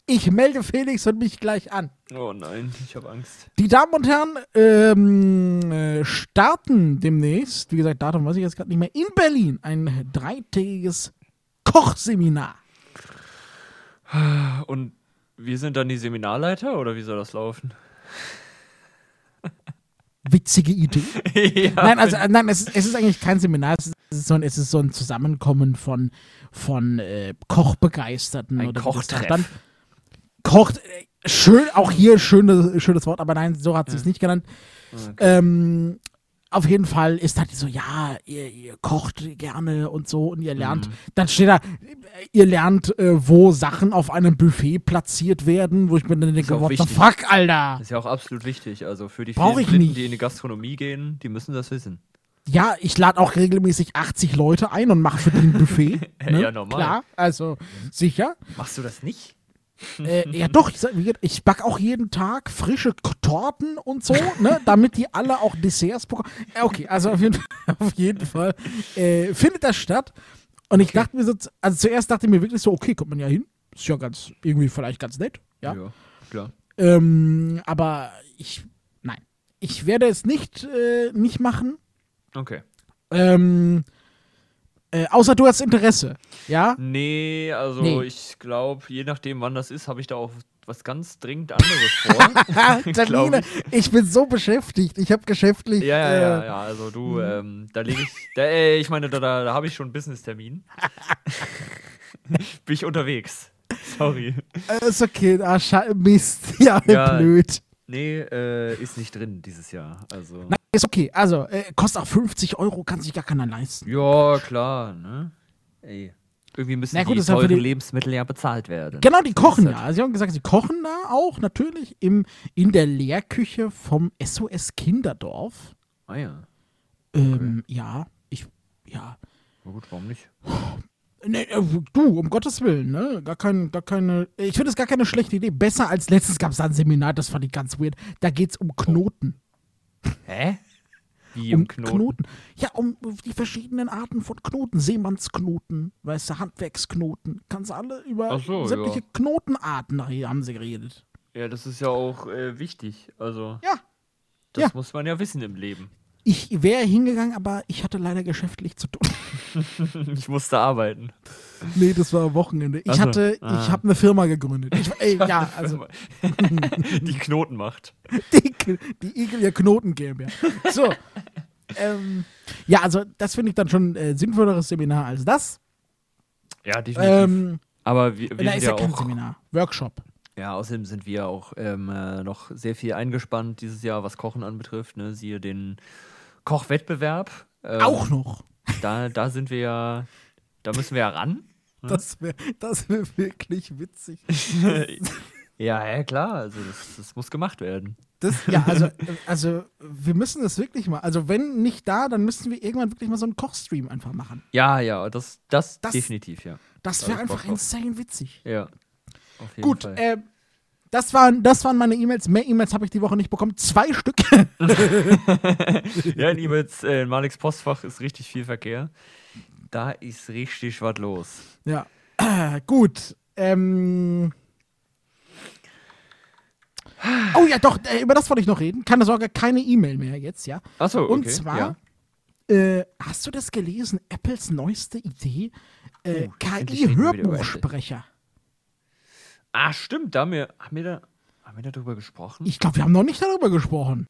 S2: ich melde Felix und mich gleich an.
S3: Oh nein, ich habe Angst.
S2: Die Damen und Herren ähm, äh, starten demnächst, wie gesagt, Datum weiß ich jetzt gerade nicht mehr, in Berlin ein dreitägiges Kochseminar.
S3: Und wir sind dann die Seminarleiter oder wie soll das laufen?
S2: Witzige Idee.
S3: ja.
S2: nein, also äh, nein, es, ist- es ist eigentlich kein Seminar, es ist, es ist, so, ein, es ist so ein Zusammenkommen von, von äh, Kochbegeisterten.
S3: Ein
S2: oder wie das
S3: Kochtreff.
S2: dann- Kocht, äh, schön, auch hier schöne, schönes Wort, aber nein, so hat sie es nicht genannt. Ähm, auf jeden Fall ist das so, ja, ihr, ihr kocht gerne und so und ihr lernt,
S3: Mhm.
S2: dann steht da, ihr lernt, äh, wo Sachen auf einem Buffet platziert werden, wo ich mir dann denke,
S3: auch
S2: what the
S3: wichtig.
S2: fuck, Alter?
S3: Das ist ja auch absolut wichtig. Also für die
S2: Brauch
S3: vielen
S2: ich
S3: Blinden,
S2: nicht.
S3: die in die Gastronomie gehen, die müssen das wissen.
S2: Ja, ich lade auch regelmäßig 80 Leute ein und mache für die ein Buffet.
S3: Ja,
S2: ne?
S3: ja, normal.
S2: Klar, also sicher.
S3: Machst du das nicht?
S2: äh, ja, doch, ich, sag- wie gesagt, ich back auch jeden Tag frische K- Torten und so, ne, damit die alle auch Desserts bekommen. Äh, okay, also auf jeden Fall, auf jeden Fall äh, findet das statt. Und ich dachte mir so, z- also zuerst dachte ich mir wirklich so, okay, kommt man ja hin. Ist ja ganz, irgendwie vielleicht ganz nett. Ja.
S3: klar.
S2: Ähm, aber ich, nein. Ich werde es nicht, äh, nicht machen.
S3: Okay.
S2: Ähm, äh, außer du hast Interesse. Ja?
S3: Nee, also
S2: Nee.
S3: ich glaube, je nachdem, wann das ist, habe ich da auch was ganz dringend anderes vor. glaub
S2: Janine, ich bin so beschäftigt. Ich habe geschäftlich.
S3: ja, ja,
S2: äh,
S3: ja, ja. Also du, ähm, da lege ich, da, äh, ich meine, da, da, da habe ich schon einen Business-Termin. Bin ich unterwegs. Sorry.
S2: Äh, Ist okay, ah, scha- Mist, ja,
S3: Ja.
S2: blöd.
S3: Nee, äh, ist nicht drin dieses Jahr. Also.
S2: Nein, ist okay, also, äh, kostet auch 50 Euro, kann sich gar keiner leisten.
S3: Ja, klar, ne? Ey. Irgendwie müssen
S2: Na gut,
S3: die
S2: das ist halt für
S3: teuren
S2: die-
S3: Lebensmittel ja bezahlt werden.
S2: Genau, die kochen
S3: Ist das-
S2: ja. Also, sie haben gesagt, sie kochen da auch, natürlich, im, in der Lehrküche vom SOS Kinderdorf.
S3: Ah ja.
S2: Ähm, ja, ich, ja.
S3: Na gut, warum nicht?
S2: Nee, äh, du, um Gottes Willen, ne? Gar, kein, gar keine. Ich finde es gar keine schlechte Idee. Besser als letztens gab es da ein Seminar, das fand ich ganz weird. Da geht es um Knoten.
S3: Hä? Wie
S2: um
S3: im Knoten.
S2: Ja, um die verschiedenen Arten von Knoten. Seemannsknoten, weißt du, Handwerksknoten. Kannst alle über
S3: Ach so,
S2: sämtliche
S3: ja.
S2: Knotenarten nach hier haben sie geredet.
S3: Ja, das ist ja auch äh, wichtig. Also,
S2: Ja.
S3: das
S2: Ja.
S3: muss man ja wissen im Leben.
S2: Ich wäre hingegangen, aber ich hatte leider geschäftlich zu tun.
S3: Ich musste arbeiten.
S2: nee, das war Wochenende. Ich
S3: Ach so,
S2: hatte,
S3: ah.
S2: ich habe eine Firma gegründet. Ich, ey, ja, also
S3: Die Knoten macht.
S2: die, die Igel ihr Knoten gäbe. Ja. So. ähm, ja, also das finde ich dann schon ein äh, sinnvolleres Seminar als das.
S3: Ja, definitiv.
S2: Ähm,
S3: Aber wir, wir
S2: da
S3: sind
S2: ist
S3: ja
S2: ja kein
S3: auch.
S2: Seminar. Workshop.
S3: Ja, außerdem sind wir auch ähm, äh, noch sehr viel eingespannt dieses Jahr, was Kochen anbetrifft. Ne? Siehe den Kochwettbewerb. Ähm,
S2: Auch noch.
S3: Da, da sind wir ja. Da müssen wir ja ran.
S2: Das wäre das wär wirklich witzig.
S3: Ja, ja, klar. Also, das, das muss gemacht werden.
S2: Das, ja, also, äh, also wir müssen das wirklich mal. Also wenn nicht da, dann müssten wir irgendwann wirklich mal so einen Kochstream einfach machen.
S3: Ja, ja, das, das,
S2: Das-
S3: definitiv, ja.
S2: Das wäre
S3: Da hab ich Bock
S2: einfach
S3: drauf.
S2: insane witzig.
S3: Ja. Auf jeden
S2: Gut,
S3: Fall.
S2: äh, das, waren, das waren meine E-Mails. Mehr E-Mails habe ich die Woche nicht bekommen. Zwei Stück.
S3: Ja, in E-Mails, äh, in Maliks Postfach ist richtig viel Verkehr. Da ist richtig was los.
S2: ja. Äh, gut. Ähm. Oh ja, doch, äh, über das wollte ich noch reden. Keine Sorge, keine E-Mail mehr jetzt, ja.
S3: Achso, okay.
S2: Und zwar,
S3: ja.
S2: äh, hast du das gelesen? Apples neueste Idee? Äh,
S3: Oh, endlich reden wir wieder über Apple.
S2: KI-Hörbuchsprecher.
S3: Ah, stimmt, da haben wir, haben wir da, haben wir darüber gesprochen?
S2: Ich glaube, wir haben noch nicht darüber gesprochen.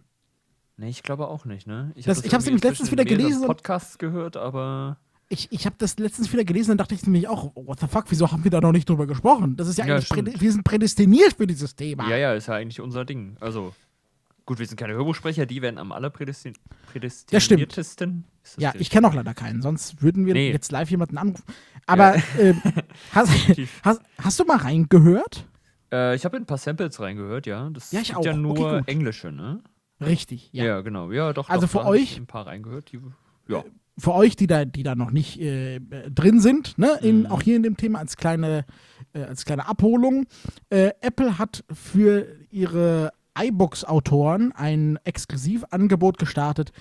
S3: nee, ich glaube auch nicht, ne? Ich
S2: Das- ich hab's nämlich letztens wieder gelesen und-
S3: Podcasts gehört, aber
S2: Ich, ich habe das letztens wieder gelesen und dachte ich nämlich auch, what the fuck, wieso haben wir da noch nicht drüber gesprochen? Das ist ja
S3: Ja,
S2: eigentlich,
S3: stimmt.
S2: prä- wir sind prädestiniert für dieses Thema.
S3: ja, ja, ist ja eigentlich unser Ding. Also, gut, wir sind keine Hörbuchsprecher, die werden am allerprädestin- prädestiniertesten. Ist das
S2: Ja,
S3: richtig?
S2: ich kenne auch leider keinen, sonst würden wir
S3: Nee.
S2: jetzt live jemanden anrufen. Aber ähm, hast, hast, hast du mal reingehört?
S3: Äh, ich habe in ein paar Samples reingehört, ja. Das
S2: Ja, ich
S3: gibt ja
S2: auch.
S3: nur
S2: Okay, gut.
S3: englische, ne?
S2: Richtig,
S3: Ja.
S2: ja.
S3: genau. Ja, doch.
S2: Also
S3: doch,
S2: für
S3: da hab ich
S2: euch- Äh,
S3: Ein paar reingehört, die, ja.
S2: für euch, die da, die da noch nicht äh, äh, drin sind, ne, in, auch hier in dem Thema als kleine, äh, als kleine Abholung. Äh, Apple hat für ihre iBooks-Autoren ein Exklusivangebot gestartet,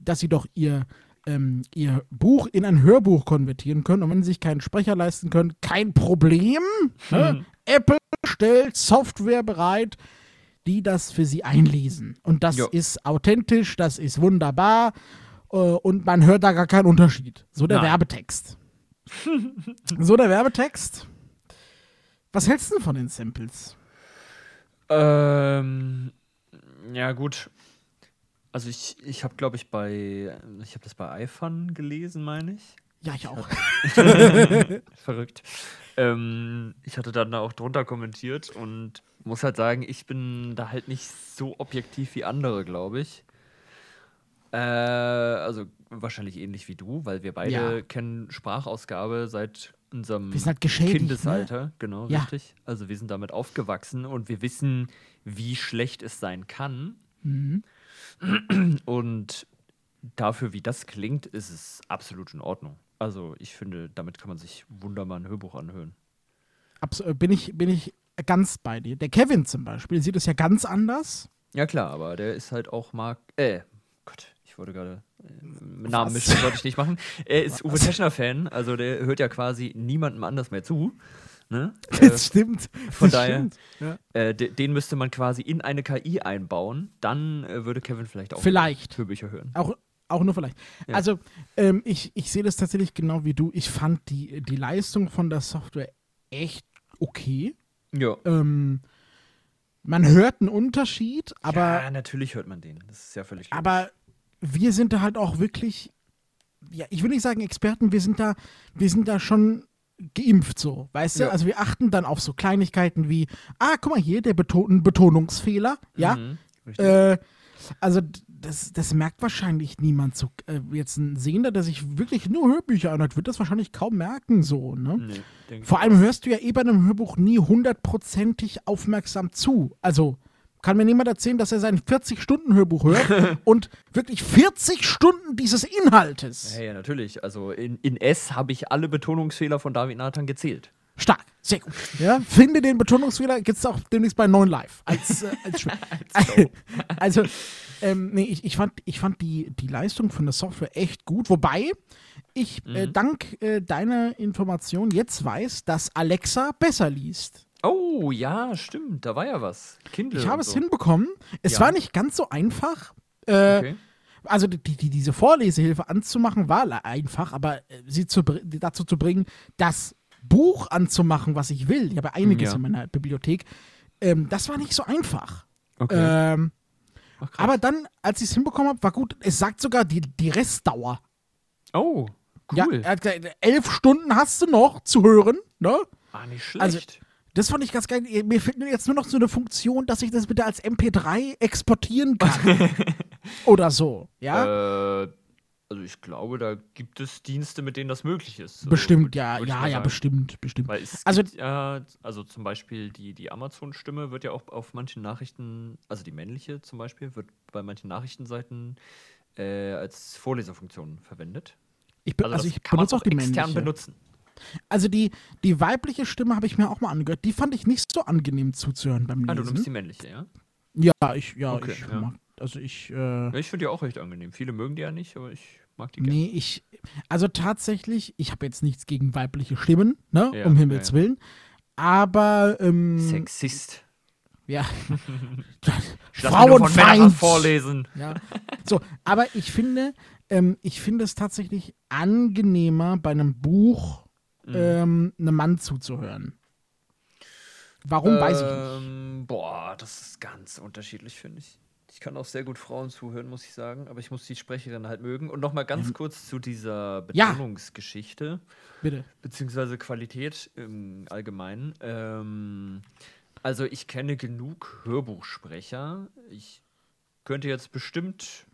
S2: dass sie doch ihr, ähm, ihr Buch in ein Hörbuch konvertieren können. Und wenn sie sich keinen Sprecher leisten können, kein Problem. Ne?
S3: Mhm.
S2: Apple stellt Software bereit, die das für sie einlesen. Und das
S3: Jo.
S2: ist authentisch, das ist wunderbar. äh, Und man hört da gar keinen Unterschied. So der
S3: Nein.
S2: Werbetext. so der Werbetext. Was hältst du denn von den Samples?
S3: Ähm, ja, gut. Also ich, ich habe, glaube ich, bei, ich habe das bei iFun gelesen, meine ich.
S2: Ja, ich auch.
S3: Verrückt. Ähm, ich hatte dann da auch drunter kommentiert und muss halt sagen, ich bin da halt nicht so objektiv wie andere, glaube ich. Äh, also wahrscheinlich ähnlich wie du, weil wir beide
S2: Ja.
S3: kennen Sprachausgabe seit unserem
S2: Wir sind halt geschädigt,
S3: Kindesalter. Genau,
S2: Ja.
S3: richtig. Also wir sind damit aufgewachsen und wir wissen, wie schlecht es sein kann.
S2: Mhm.
S3: Und dafür, wie das klingt, ist es absolut in Ordnung. Also ich finde, damit kann man sich wunderbar ein Hörbuch anhören.
S2: Abs äh, bin, ich, bin ich ganz bei dir. Der Kevin zum Beispiel sieht es ja ganz anders.
S3: Ja klar, aber der ist halt auch Mark. Äh, Gott, ich wollte gerade äh, Namen mischen, wollte ich nicht machen. Er ist Uwe Teschner Fan, also der hört ja quasi niemandem anders mehr zu. Ne? Äh,
S2: Das stimmt.
S3: von
S2: das
S3: daher-
S2: Stimmt. Ja.
S3: äh, de- den müsste man quasi in eine KI einbauen, dann äh, würde Kevin vielleicht auch
S2: Vielleicht.
S3: Hörbücher hören.
S2: Auch, auch nur vielleicht.
S3: Ja.
S2: Also, ähm, ich, ich sehe das tatsächlich genau wie du. Ich fand die, die Leistung von der Software echt okay.
S3: Ja.
S2: Ähm, man hört einen Unterschied, aber
S3: ja, natürlich hört man den. Das ist ja völlig logisch.
S2: Aber wir sind da halt auch wirklich, ja, ich will nicht sagen Experten, wir sind da, wir sind da schon geimpft so, weißt
S3: Ja.
S2: du? Also wir achten dann auf so Kleinigkeiten wie, ah, guck mal hier, der Beton ein Betonungsfehler, ja.
S3: Mhm, richtig.
S2: Äh, also d- das, das merkt wahrscheinlich niemand so. Äh, jetzt ein Sehender, der sich wirklich nur Hörbücher anhört, wird das wahrscheinlich kaum merken so, ne?
S3: Nee, denke ich
S2: Vor allem hörst du ja eh bei einem Hörbuch nie hundertprozentig aufmerksam zu. Also kann mir niemand erzählen, dass er sein 40-Stunden-Hörbuch hört und wirklich 40 Stunden dieses Inhaltes.
S3: Ja, ja, natürlich. Also in, in S habe ich alle Betonungsfehler von David Nathan gezählt.
S2: Stark, sehr gut. Ja? Finde den Betonungsfehler, gibt's auch demnächst bei 9 Live. Als, äh, als Spiel. also, ähm, nee, ich, ich fand, ich fand die, die Leistung von der Software echt gut. Wobei ich äh, dank äh, deiner Information jetzt weiß, dass Alexa besser liest.
S3: Oh, ja, stimmt. Da war ja was. Kindle.
S2: Ich habe
S3: und
S2: es
S3: so.
S2: hinbekommen. Es
S3: Ja.
S2: war nicht ganz so einfach. Äh,
S3: Okay.
S2: Also die, die, diese Vorlesehilfe anzumachen war le- einfach, aber äh, sie zu, br- dazu zu bringen, das Buch anzumachen, was ich will. Ich habe einiges
S3: Hm, Ja.
S2: in meiner Bibliothek. Ähm, das war nicht so einfach.
S3: Okay.
S2: Ähm,
S3: Ach, krass.
S2: aber dann, als ich es hinbekommen habe, war gut. Es sagt sogar die, die Restdauer.
S3: oh, cool.
S2: Ja, äh, er hat gesagt, elf Stunden hast du noch zu hören. Ne?
S3: ah, nicht schlecht.
S2: also- Das fand ich ganz geil. Mir fehlt nur jetzt nur noch so eine Funktion, dass ich das bitte als MP3 exportieren kann. Oder so. Ja,
S3: äh, also ich glaube, da gibt es Dienste, mit denen das möglich ist. Also
S2: bestimmt,
S3: würd-
S2: ja,
S3: würd ich
S2: ja,
S3: mal
S2: ja,
S3: sagen.
S2: bestimmt, bestimmt.
S3: Weil es
S2: Also-
S3: also, gibt ja, also zum Beispiel die, die Amazon-Stimme wird ja auch auf manchen Nachrichten, also die männliche zum Beispiel, wird bei manchen Nachrichtenseiten äh, als Vorlesefunktion verwendet.
S2: Ich, be- also
S3: das
S2: ich
S3: kann man
S2: benutze auch die
S3: extern
S2: männliche.
S3: benutzen.
S2: Also die, die weibliche Stimme habe ich mir auch mal angehört. Die fand ich nicht so angenehm zuzuhören beim
S3: Ah, du nimmst die
S2: Lesen.
S3: männliche, ja?
S2: Ja, ich, ja,
S3: Okay,
S2: ich
S3: ja.
S2: mag, also ich, äh,
S3: Ja, Ich finde die auch recht angenehm. Viele mögen die ja nicht, aber ich mag die gerne.
S2: nee, ich, also tatsächlich, ich habe jetzt nichts gegen weibliche Stimmen, ne,
S3: Ja,
S2: um Himmels
S3: ja,
S2: Willen. Aber, ähm,
S3: Sexist.
S2: ja.
S3: Ich lass mich nur von Männern
S2: Frauenfeind.
S3: vorlesen.
S2: Ja. So, aber ich finde, ähm, ich finde es tatsächlich angenehmer, bei einem Buch
S3: Mhm.
S2: ähm, einem Mann zuzuhören. Warum weiß ich nicht.
S3: Ähm, Boah, das ist ganz unterschiedlich, finde ich. Ich kann auch sehr gut Frauen zuhören, muss ich sagen, aber ich muss die Sprecherin halt mögen. Und nochmal ganz kurz zu dieser
S2: Mhm. Ja.
S3: Betonungsgeschichte.
S2: Bitte.
S3: beziehungsweise Qualität im Allgemeinen. Ähm, also ich kenne genug Hörbuchsprecher. Ich könnte jetzt bestimmt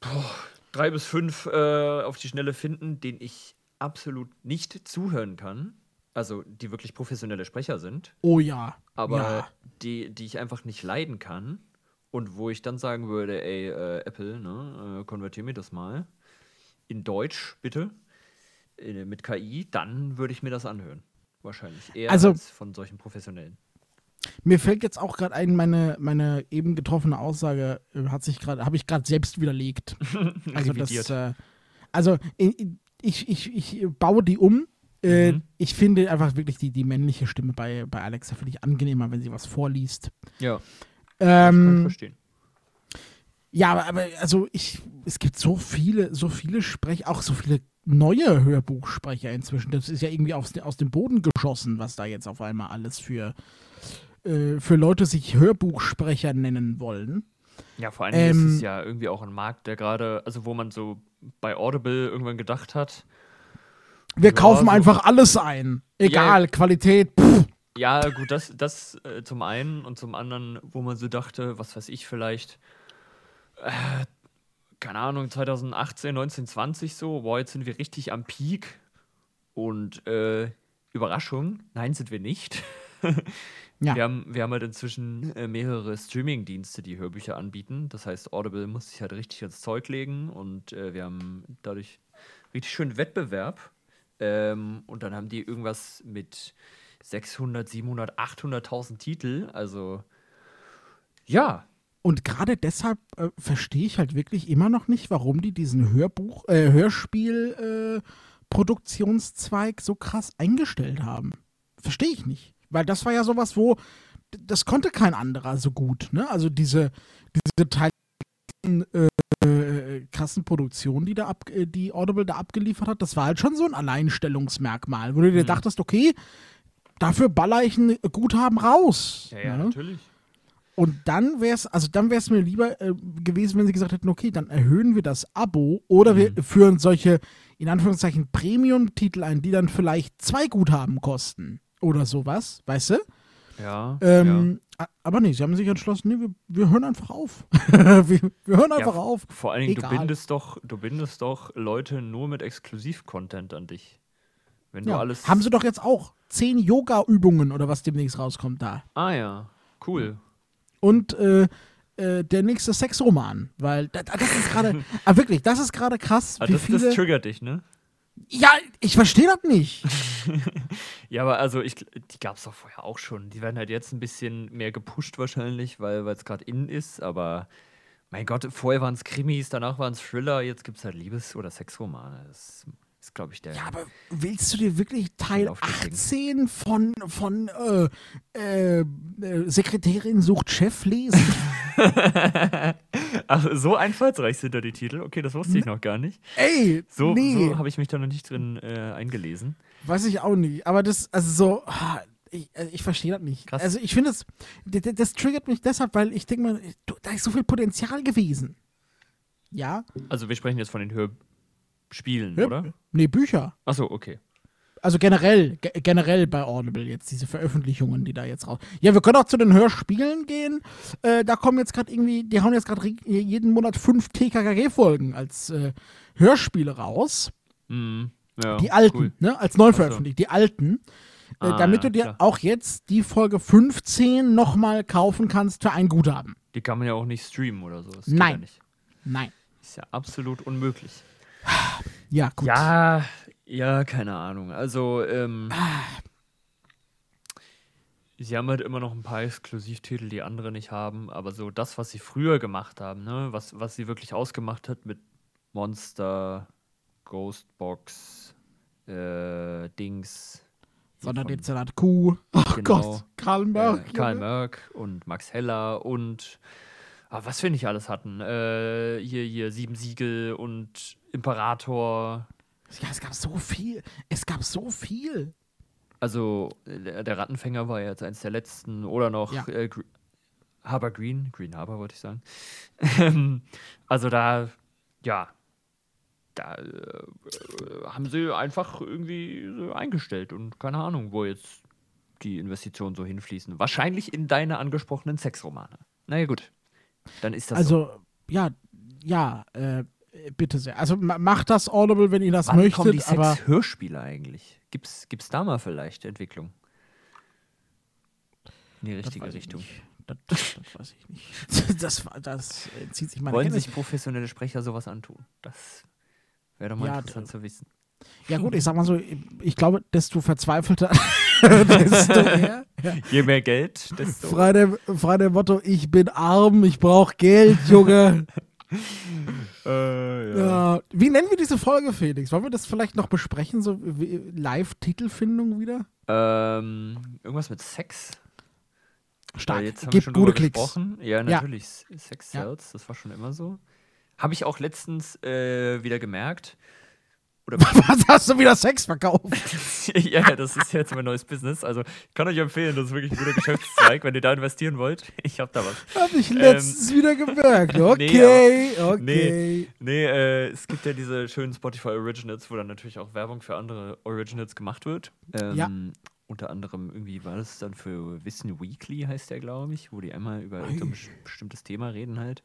S3: boah, drei bis fünf äh, auf die Schnelle finden, denen ich absolut nicht zuhören kann. Also die wirklich professionelle Sprecher sind,
S2: Oh ja.
S3: aber
S2: ja.
S3: die, die ich einfach nicht leiden kann. Und wo ich dann sagen würde, ey, äh, Apple, ne, äh, konvertier mir das mal in Deutsch, bitte, äh, mit KI, dann würde ich mir das anhören. Wahrscheinlich eher
S2: Also-
S3: als von solchen Professionellen.
S2: Mir fällt jetzt auch gerade ein, meine, meine eben getroffene Aussage äh, hat sich gerade, habe ich gerade selbst widerlegt. also das,
S3: Revidiert.
S2: äh, also ich, ich, ich, ich baue die um. Äh,
S3: Mhm.
S2: Ich finde einfach wirklich die, die männliche Stimme bei, bei Alexa finde ich angenehmer, wenn sie was vorliest.
S3: Ja, kann ich
S2: Ähm,
S3: verstehen.
S2: ja, aber, aber also ich, es gibt so viele, so viele Sprech, auch so viele neue Hörbuchsprecher inzwischen. Das ist ja irgendwie aus, aus dem Boden geschossen, was da jetzt auf einmal alles für, äh, für Leute sich Hörbuchsprecher nennen wollen.
S3: Ja, vor allen Dingen ist
S2: Ähm,
S3: es ja irgendwie auch ein Markt, der gerade, also wo man so bei Audible irgendwann gedacht hat,
S2: Wir
S3: Ja,
S2: kaufen
S3: so-
S2: einfach alles ein. Egal, Qualität. Pff.
S3: ja gut, das, das äh, zum einen und zum anderen, wo man so dachte, was weiß ich vielleicht, äh, keine Ahnung, 2018, 19, 20 so, boah, jetzt sind wir richtig am Peak und äh, Überraschung, nein, sind wir nicht.
S2: Ja.
S3: Wir, haben, wir haben halt inzwischen äh, mehrere Streaming-Dienste, die Hörbücher anbieten. Das heißt, Audible muss sich halt richtig ins Zeug legen und äh, wir haben dadurch richtig schönen Wettbewerb. Ähm, und dann haben die irgendwas mit 600, 700, 800.000 Titel. Also, ja.
S2: Und gerade deshalb äh, verstehe ich halt wirklich immer noch nicht, warum die diesen Hörbuch, äh, Hörspiel äh, Produktionszweig so krass eingestellt haben. Verstehe ich nicht. Weil das war ja sowas, wo d- das konnte kein anderer so gut. Ne? Also diese, diese Teil äh, äh, krassen Produktion, die, da ab, äh, die Audible da abgeliefert hat, das war halt schon so ein Alleinstellungsmerkmal, wo du dir
S3: Mhm.
S2: dachtest, okay, dafür baller ich ein Guthaben raus. ne?
S3: natürlich.
S2: Und dann wäre es, also dann wäre es mir lieber äh, gewesen, wenn sie gesagt hätten, okay, dann erhöhen wir das Abo oder
S3: Mhm.
S2: wir führen solche, in Anführungszeichen, Premium-Titel ein, die dann vielleicht zwei Guthaben kosten oder sowas, weißt du?
S3: Ja. ja.
S2: Ähm, a- Aber nee, sie haben sich entschlossen, nee, wir, wir hören einfach auf. wir, wir hören einfach
S3: Ja,
S2: auf.
S3: Vor allen Dingen, du
S2: egal.
S3: bindest, doch, du bindest doch Leute nur mit Exklusiv-Content an dich. Wenn du
S2: Ja.
S3: alles.
S2: Haben sie doch jetzt auch zehn Yoga-Übungen oder was demnächst rauskommt da.
S3: ah, ja. Cool.
S2: und äh, äh, der nächste Sexroman, weil da, da- das ist gerade, ah, wirklich, das ist gerade krass,
S3: Ah,
S2: wie
S3: das,
S2: viele.
S3: das triggert dich, ne?
S2: ja, ich verstehe das nicht.
S3: Ja, aber also ich, gl- die gab es doch vorher auch schon. Die werden halt jetzt ein bisschen mehr gepusht wahrscheinlich, weil es gerade innen ist, aber mein Gott, vorher waren es Krimis, danach waren es Thriller, jetzt gibt es halt Liebes- oder Sexromane. Das ist, glaube ich, der.
S2: Ja, aber willst du dir wirklich Teil
S3: Lauf
S2: 18
S3: deswegen.
S2: von, von äh, äh, äh, Sekretärin sucht Chef lesen?
S3: Ach, Also, so einfallsreich sind da die Titel. Okay, das wusste ich noch gar nicht.
S2: Ey,
S3: So,
S2: nee,
S3: so habe ich mich da noch nicht drin äh, eingelesen.
S2: weiß ich auch nicht. Aber das, also so, ah, ich, also ich verstehe das nicht.
S3: Krass.
S2: Also ich finde das, d- d- das triggert mich deshalb, weil ich denke mal, du, da ist so viel Potenzial gewesen. Ja?
S3: Also, wir sprechen jetzt von den Hörspielen, oder?
S2: Nee, Bücher.
S3: Achso, okay.
S2: Also generell, ge generell bei Audible jetzt, diese Veröffentlichungen, die da jetzt raus. Ja, wir können auch zu den Hörspielen gehen. Äh, da kommen jetzt gerade irgendwie, die hauen jetzt gerade jeden Monat fünf TKKG-Folgen als äh, Hörspiele raus.
S3: Mhm. Ja,
S2: Die alten,
S3: cool.
S2: ne? Als neu veröffentlicht, die alten. Äh,
S3: Ah,
S2: damit
S3: ja,
S2: du dir
S3: klar.
S2: auch jetzt die Folge 15 nochmal kaufen kannst für ein Guthaben.
S3: Die kann man ja auch nicht streamen oder so. Das geht Ja
S2: Nein.
S3: nicht.
S2: Nein.
S3: Ist ja absolut unmöglich.
S2: Ja, gut.
S3: Ja, ja, keine Ahnung. Also, ähm, sie haben halt immer noch ein paar Exklusivtitel, die andere nicht haben, aber so das, was sie früher gemacht haben, ne, was, was sie wirklich ausgemacht hat mit Monster, Ghostbox, äh, Dings,
S2: Sonderdezernat Q. Oh
S3: Genau.
S2: Gott. Karl
S3: äh,
S2: Mörk.
S3: Karl
S2: Junge.
S3: Merck und Max Heller und ah, was wir nicht alles hatten. Äh, hier, hier, Sieben Siegel und Imperator.
S2: Ja, es gab so viel. Es gab so viel.
S3: Also, äh, der Rattenfänger war jetzt eins der letzten. Oder noch
S2: Ja.
S3: äh, Gr- Harbor Green. Green Harbor, wollte ich sagen. Ähm, also, da, ja, da äh, äh, haben sie einfach irgendwie so eingestellt. Und keine Ahnung, wo jetzt die Investitionen so hinfließen. Wahrscheinlich in deine angesprochenen Sexromane. Naja, gut. Dann ist das so.
S2: Also, ja, ja, äh, bitte sehr. Also ma- macht das Audible, wenn ihr das
S3: Wann kommen die
S2: möchtet, aber
S3: Sex-Hörspiele eigentlich? Gibt's, gibt's da mal vielleicht Entwicklung? In die
S2: Das
S3: richtige
S2: weiß ich
S3: Richtung.
S2: nicht. Das, das weiß ich nicht. Das, war- das äh, zieht sich meine
S3: Wollen
S2: Kenntnis.
S3: sich professionelle Sprecher sowas antun? Das wäre doch mal
S2: Ja,
S3: interessant zu wissen.
S2: Ja gut, ich sag mal so, ich glaube, desto verzweifelter desto mehr.
S3: Je mehr Geld, desto.
S2: Frei dem, frei dem Motto, ich bin arm, ich brauche Geld, Junge.
S3: Äh, ja.
S2: ja. Wie nennen wir diese Folge, Felix? Wollen wir das vielleicht noch besprechen, so wie- Live-Titelfindung wieder?
S3: Ähm, irgendwas mit Sex?
S2: Stark.
S3: Weil jetzt haben wir
S2: Gibt
S3: schon
S2: gute
S3: gute
S2: Klicks.
S3: gesprochen. Ja, natürlich. S- Sex
S2: Ja.
S3: sells, das war schon immer so. Habe ich auch letztens äh, wieder gemerkt. Oder
S2: Was hast du wieder Sex verkauft?
S3: ja, ja, das ist jetzt mein neues Business. Also ich kann euch empfehlen, das ist wirklich ein guter Geschäftszweig, wenn ihr da investieren wollt. Ich habe da was.
S2: Hab ich
S3: Ähm,
S2: letztens wieder gemerkt. Okay,
S3: Nee,
S2: okay.
S3: Nee, äh, es gibt ja diese schönen Spotify Originals, wo dann natürlich auch Werbung für andere Originals gemacht wird. Ähm,
S2: Ja.
S3: Unter anderem irgendwie war das dann für Wissen Weekly, heißt der, glaube ich, wo die einmal über irgendein bes- bestimmtes Thema reden halt.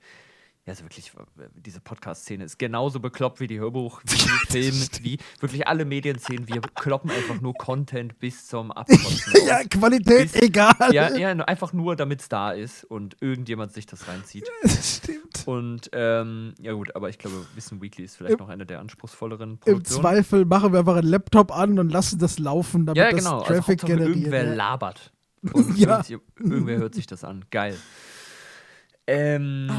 S3: Ja, also wirklich, äh, diese Podcast-Szene ist genauso bekloppt wie die Hörbuch, wie die Film, wie wirklich alle Medienszenen. Wir kloppen einfach nur Content bis zum Abkotzen. aus.
S2: Ja, Qualität
S3: Bis-
S2: egal.
S3: ja, ja, nur- einfach nur, damit es da ist und irgendjemand sich das reinzieht.
S2: Das stimmt.
S3: Und ähm, ja gut, aber ich glaube, Wissen Weekly ist vielleicht noch eine der anspruchsvolleren
S2: Im
S3: Produktionen.
S2: Zweifel machen wir einfach einen Laptop an und lassen das laufen, damit
S3: ja, genau.
S2: das
S3: Also
S2: Traffic
S3: Hauptsache,
S2: generiert.
S3: irgendwer
S2: wird.
S3: labert. Und
S2: Ja.
S3: irgend- irgendwer hört sich das an. Geil.
S2: Ah.
S3: Ähm,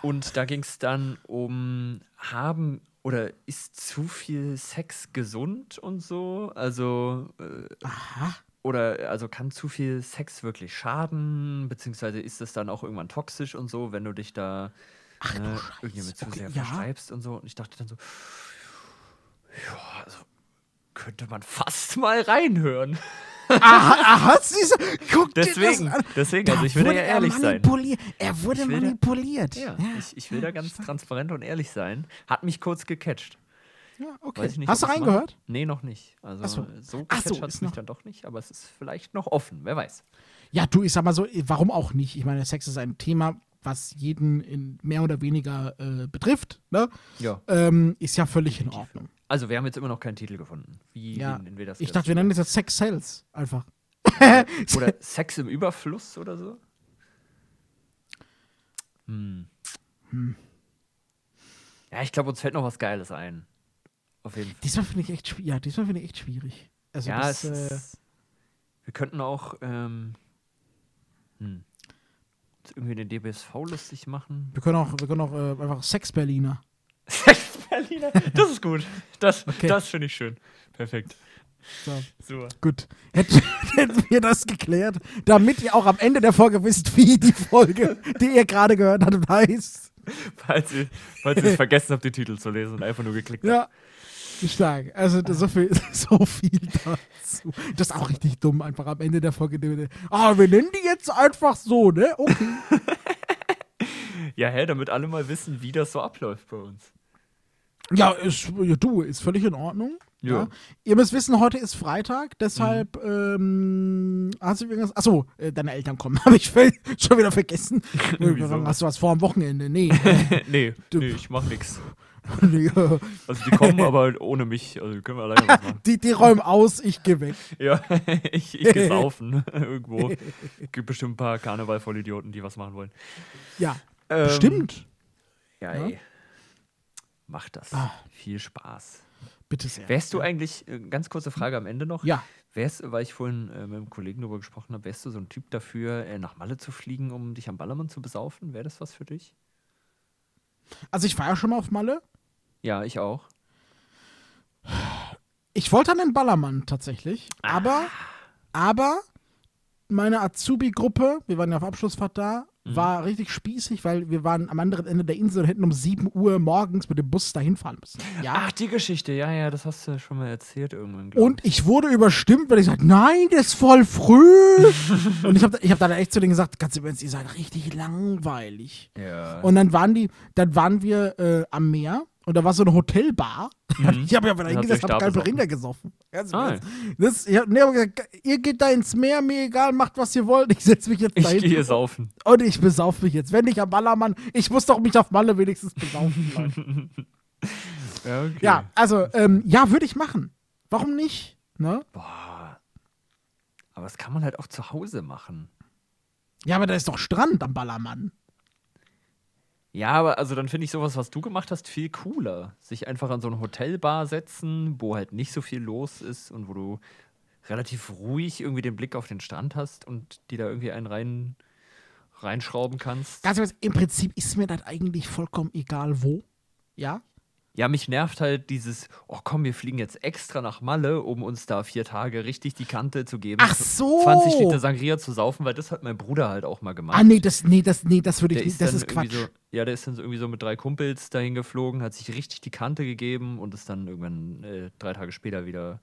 S3: und da ging es dann um haben oder ist zu viel Sex gesund und so? Also äh, oder also kann zu viel Sex wirklich schaden? Beziehungsweise ist das dann auch irgendwann toxisch und so, wenn du dich da ne, irgendjemand zu
S2: Okay,
S3: sehr
S2: ja.
S3: verschreibst und so? Und ich dachte dann so, ja, also könnte man fast mal reinhören.
S2: Aha, aha, siehst ah, du, guck dir
S3: Deswegen,
S2: das an.
S3: deswegen,
S2: Da
S3: also ich will da
S2: wurde
S3: ja
S2: er
S3: ehrlich sein.
S2: manipuliert. Er wurde
S3: Ich will da-
S2: manipuliert.
S3: Ja,
S2: Ja,
S3: ich, ich will da ganz transparent und ehrlich sein. Hat mich kurz gecatcht.
S2: ja, okay.
S3: Weiß ich nicht,
S2: Hast du
S3: ob ich's
S2: reingehört?
S3: mache. Nee, noch nicht. Also
S2: Ach so.
S3: so,
S2: Ach
S3: gecatcht
S2: so,
S3: hat's hat
S2: ist
S3: es
S2: noch-
S3: mich dann doch nicht, aber es ist vielleicht noch offen, wer weiß.
S2: Ja, du, ich sag mal so, warum auch nicht? Ich meine, Sex ist ein Thema, was jeden in mehr oder weniger äh, betrifft. Ne?
S3: Ja.
S2: Ähm, ist ja völlig in Ordnung.
S3: Also wir haben jetzt immer noch keinen Titel gefunden. Wie
S2: Ja.
S3: nennen wir das
S2: Ich
S3: jetzt?
S2: dachte, wir nennen das jetzt Sex Sales einfach.
S3: Oder Sex im Überfluss oder so? Hm. Ja, ich glaube, uns fällt noch was Geiles ein. Auf jeden Fall.
S2: Diesmal finde ich echt schwierig. Ja, diesmal finde ich echt schwierig. Also
S3: ja,
S2: das,
S3: es
S2: äh,
S3: ist, wir könnten auch ähm, hm, jetzt irgendwie den DBSV lustig machen.
S2: wir können auch, wir können auch äh, einfach Sex Berliner.
S3: Sex Berliner, das ist gut. Das,
S2: Okay.
S3: das finde ich schön. Perfekt.
S2: So.
S3: Super.
S2: Gut, hätten, hätten wir das geklärt, damit ihr auch am Ende der Folge wisst, wie die Folge, die ihr gerade gehört habt, heißt.
S3: Falls ihr, falls ihr es vergessen habt, den Titel zu lesen und einfach nur geklickt habt.
S2: Ja, stark. Also d- so viel, so viel dazu. Das ist auch richtig dumm, einfach am Ende der Folge. die wir- Ah, wir nennen die jetzt einfach so, ne? Okay.
S3: Ja, hä, damit alle mal wissen, wie das so abläuft bei uns.
S2: Ja, ist, ja, du, ist völlig in Ordnung.
S3: Ja.
S2: Ihr müsst wissen, heute ist Freitag, deshalb
S3: Mhm.
S2: ähm, hast du irgendwas. Achso, äh, deine Eltern kommen, habe ich völ- schon wieder vergessen.
S3: Wieso?
S2: Hast du was vor am Wochenende? Nee.
S3: nee,
S2: Du-
S3: nee, ich mach nix.
S2: nee.
S3: Also die kommen aber ohne mich. Also können wir alleine was machen.
S2: Die, die räumen aus, ich gehe weg.
S3: Ja, ich, ich geh saufen irgendwo. Gibt bestimmt ein paar Karneval-Vollidioten, die was machen wollen.
S2: Ja,
S3: Ähm,
S2: bestimmt.
S3: Ja,
S2: Ja.
S3: ey. Mach das.
S2: Ah.
S3: Viel Spaß.
S2: Bitte sehr.
S3: Wärst du eigentlich, äh, ganz kurze Frage am Ende noch.
S2: Ja.
S3: Wärst, weil ich vorhin äh, mit einem Kollegen darüber gesprochen habe, wärst du so ein Typ dafür, äh, nach Malle zu fliegen, um dich am Ballermann zu besaufen? Wäre das was für dich?
S2: Also ich war ja schon mal auf Malle.
S3: Ja, ich auch.
S2: Ich wollte an den Ballermann tatsächlich, aber, aber meine Azubi-Gruppe, wir waren ja auf Abschlussfahrt da, war richtig spießig, weil wir waren am anderen Ende der Insel und hätten um 7 Uhr morgens mit dem Bus dahin fahren müssen. Ja.
S3: Ach, die Geschichte. Ja, ja, das hast du schon mal erzählt irgendwann. Ah, glaub
S2: Und ich wurde überstimmt, weil ich sagte, nein, das ist voll früh. und ich habe ich hab dann echt zu denen gesagt, ganz im Ernst, ihr seid richtig langweilig.
S3: ich. Ja.
S2: Und dann waren die, dann waren wir äh, am Meer und da war so eine Hotelbar.
S3: Mhm.
S2: Ich habe ja wieder
S3: Dann habt ihr euch
S2: hingesetzt,
S3: da
S2: habe kein
S3: besoffen.
S2: Rinder gesoffen. Ganz im
S3: Ah.
S2: Ernst. Das, ich hab, nee, hab gesagt, ihr geht da ins Meer, mir egal, macht was ihr wollt. Ich setze mich jetzt
S3: ich
S2: dahin
S3: gehe saufen.
S2: und ich besauf mich jetzt. Wenn nicht am Ballermann, ich muss doch mich auf Malle wenigstens besaufen. Leute.
S3: Ja, okay.
S2: ja, also ähm, ja, würde ich machen. Warum nicht? Ne?
S3: Boah. Aber das kann man halt auch zu Hause machen.
S2: Ja, aber da ist doch Strand am Ballermann.
S3: Ja, aber also dann finde ich sowas, was du gemacht hast, viel cooler. Sich einfach an so eine Hotelbar setzen, wo halt nicht so viel los ist und wo du relativ ruhig irgendwie den Blick auf den Strand hast und die da irgendwie einen rein, reinschrauben kannst.
S2: Ganz kurz, im Prinzip ist mir das eigentlich vollkommen egal, wo. Ja?
S3: Ja, mich nervt halt dieses, oh komm, wir fliegen jetzt extra nach Malle, um uns da vier Tage richtig die Kante zu geben.
S2: Ach so!
S3: 20 Liter Sangria zu saufen, weil das hat mein Bruder halt auch mal gemacht.
S2: Ah, nee, das, nee, das, nee, das würde ich
S3: Der
S2: nicht.
S3: ist
S2: Das
S3: dann
S2: ist Quatsch.
S3: irgendwie So, ja, der ist dann so irgendwie so mit drei Kumpels dahin geflogen, hat sich richtig die Kante gegeben und ist dann irgendwann äh, drei Tage später wieder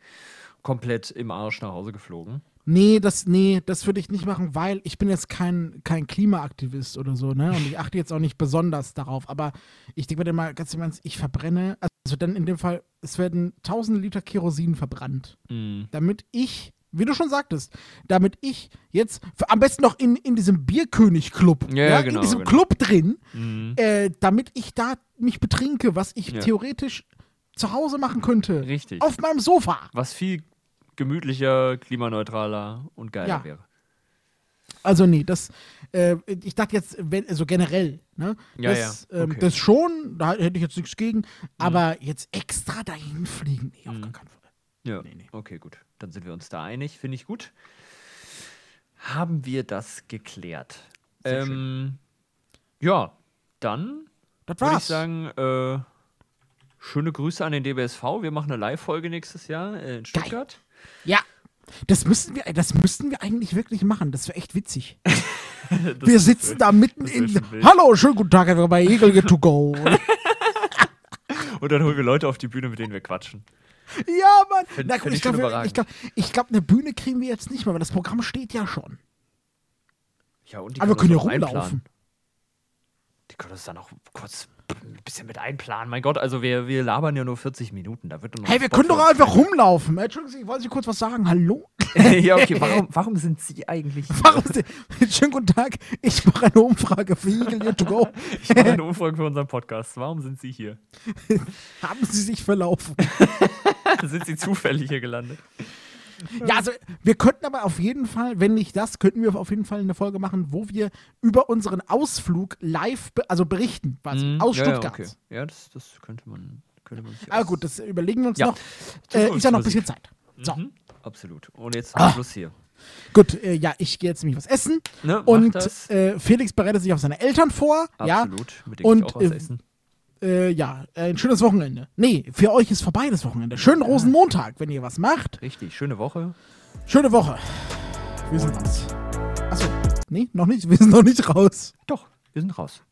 S3: komplett im Arsch nach Hause geflogen.
S2: Nee, das, nee, das würde ich nicht machen, weil ich bin jetzt kein, kein Klimaaktivist oder so, ne? Und ich achte jetzt auch nicht besonders darauf. Aber ich denke mir dann mal ganz im Ernst, ich verbrenne, also dann in dem Fall, es werden 1000 Liter Kerosin verbrannt, damit ich, wie du schon sagtest, damit ich jetzt, für- am besten noch in, in diesem Bierkönig-Club,
S3: Ja, ja, genau,
S2: in diesem
S3: genau.
S2: Club drin,
S3: Mhm.
S2: äh, damit ich da mich betrinke, was ich
S3: Ja.
S2: theoretisch zu Hause machen könnte.
S3: Richtig.
S2: Auf meinem Sofa.
S3: Was viel gemütlicher, klimaneutraler und geiler
S2: Ja.
S3: wäre.
S2: Also nee, das, äh, ich dachte jetzt, wenn, also generell, ne?
S3: Ja,
S2: das,
S3: ja,
S2: Ähm,
S3: okay. Mhm.
S2: das schon, da hätte ich jetzt nichts gegen, aber jetzt extra dahin fliegen, nee, auf gar keinen Fall.
S3: Ja.
S2: nee.
S3: Okay, gut. Dann sind wir uns da einig. Finde ich gut. Haben wir das geklärt?
S2: Sehr
S3: ähm, ja, dann
S2: Das
S3: würde ich
S2: war's.
S3: sagen, äh, schöne Grüße an den DBSV. Wir machen eine Live-Folge nächstes Jahr äh, in Stuttgart.
S2: Ja. Das müssten wir, das müssten wir eigentlich wirklich machen. Das wäre echt witzig. wir sitzen da mitten
S3: das wär
S2: in.
S3: schon wild.
S2: Hallo, schönen guten Tag, wir bei Eagle Get to Go.
S3: Und dann holen wir Leute auf die Bühne, mit denen wir quatschen.
S2: ja, Mann. Na
S3: find
S2: gut,
S3: ich
S2: ich glaube,
S3: schon
S2: ich
S3: überragend.
S2: glaub, ich glaub, eine Bühne kriegen wir jetzt nicht mehr, weil das Programm steht ja schon.
S3: Ja, und die
S2: Aber wir können
S3: können
S2: ja
S3: das auch einplanen.
S2: rumlaufen.
S3: Die können das dann auch kurz ein bisschen mit einplanen. Mein Gott, also wir, wir labern ja nur 40 Minuten. Da wird doch noch
S2: Hey, wir
S3: Spot
S2: können doch
S3: für uns
S2: einfach rumlaufen. Entschuldigung, ich wollte Sie kurz was sagen. Hallo?
S3: sein. ja, okay, warum, warum sind Sie eigentlich hier?
S2: Warum sie, schönen guten Tag, ich mache eine Umfrage für Eagle Year to Go.
S3: Ich mache eine Umfrage für unseren Podcast. Warum sind Sie hier?
S2: Haben Sie sich verlaufen?
S3: sind Sie zufällig hier gelandet?
S2: Ja, also wir könnten aber auf jeden Fall, wenn nicht das, könnten wir auf jeden Fall eine Folge machen, wo wir über unseren Ausflug live, be also berichten, quasi, aus
S3: Hm, Mhm. ja,
S2: Stuttgart.
S3: Ja, okay. ja das, das könnte man, könnte man sich
S2: Aber gut, das überlegen wir uns
S3: Ja.
S2: noch. Äh, ist ja noch ein bisschen Zeit. So,
S3: Mhm. Absolut. Und jetzt am Schluss hier.
S2: gut, äh, ja, ich gehe jetzt nämlich was essen.
S3: Ne, mach
S2: und
S3: das.
S2: äh, Felix bereitet sich auf seine Eltern vor.
S3: Absolut.
S2: Ja,
S3: Mit dem
S2: und
S3: ich auch was
S2: äh,
S3: essen.
S2: äh, ja, ein schönes Wochenende. Nee, für euch ist vorbei das Wochenende. Schönen Rosenmontag, wenn ihr was macht.
S3: Richtig. Schöne Woche.
S2: Schöne Woche. Wir sind raus. Achso, nee, noch nicht. Wir sind noch nicht raus.
S3: Doch, wir sind raus.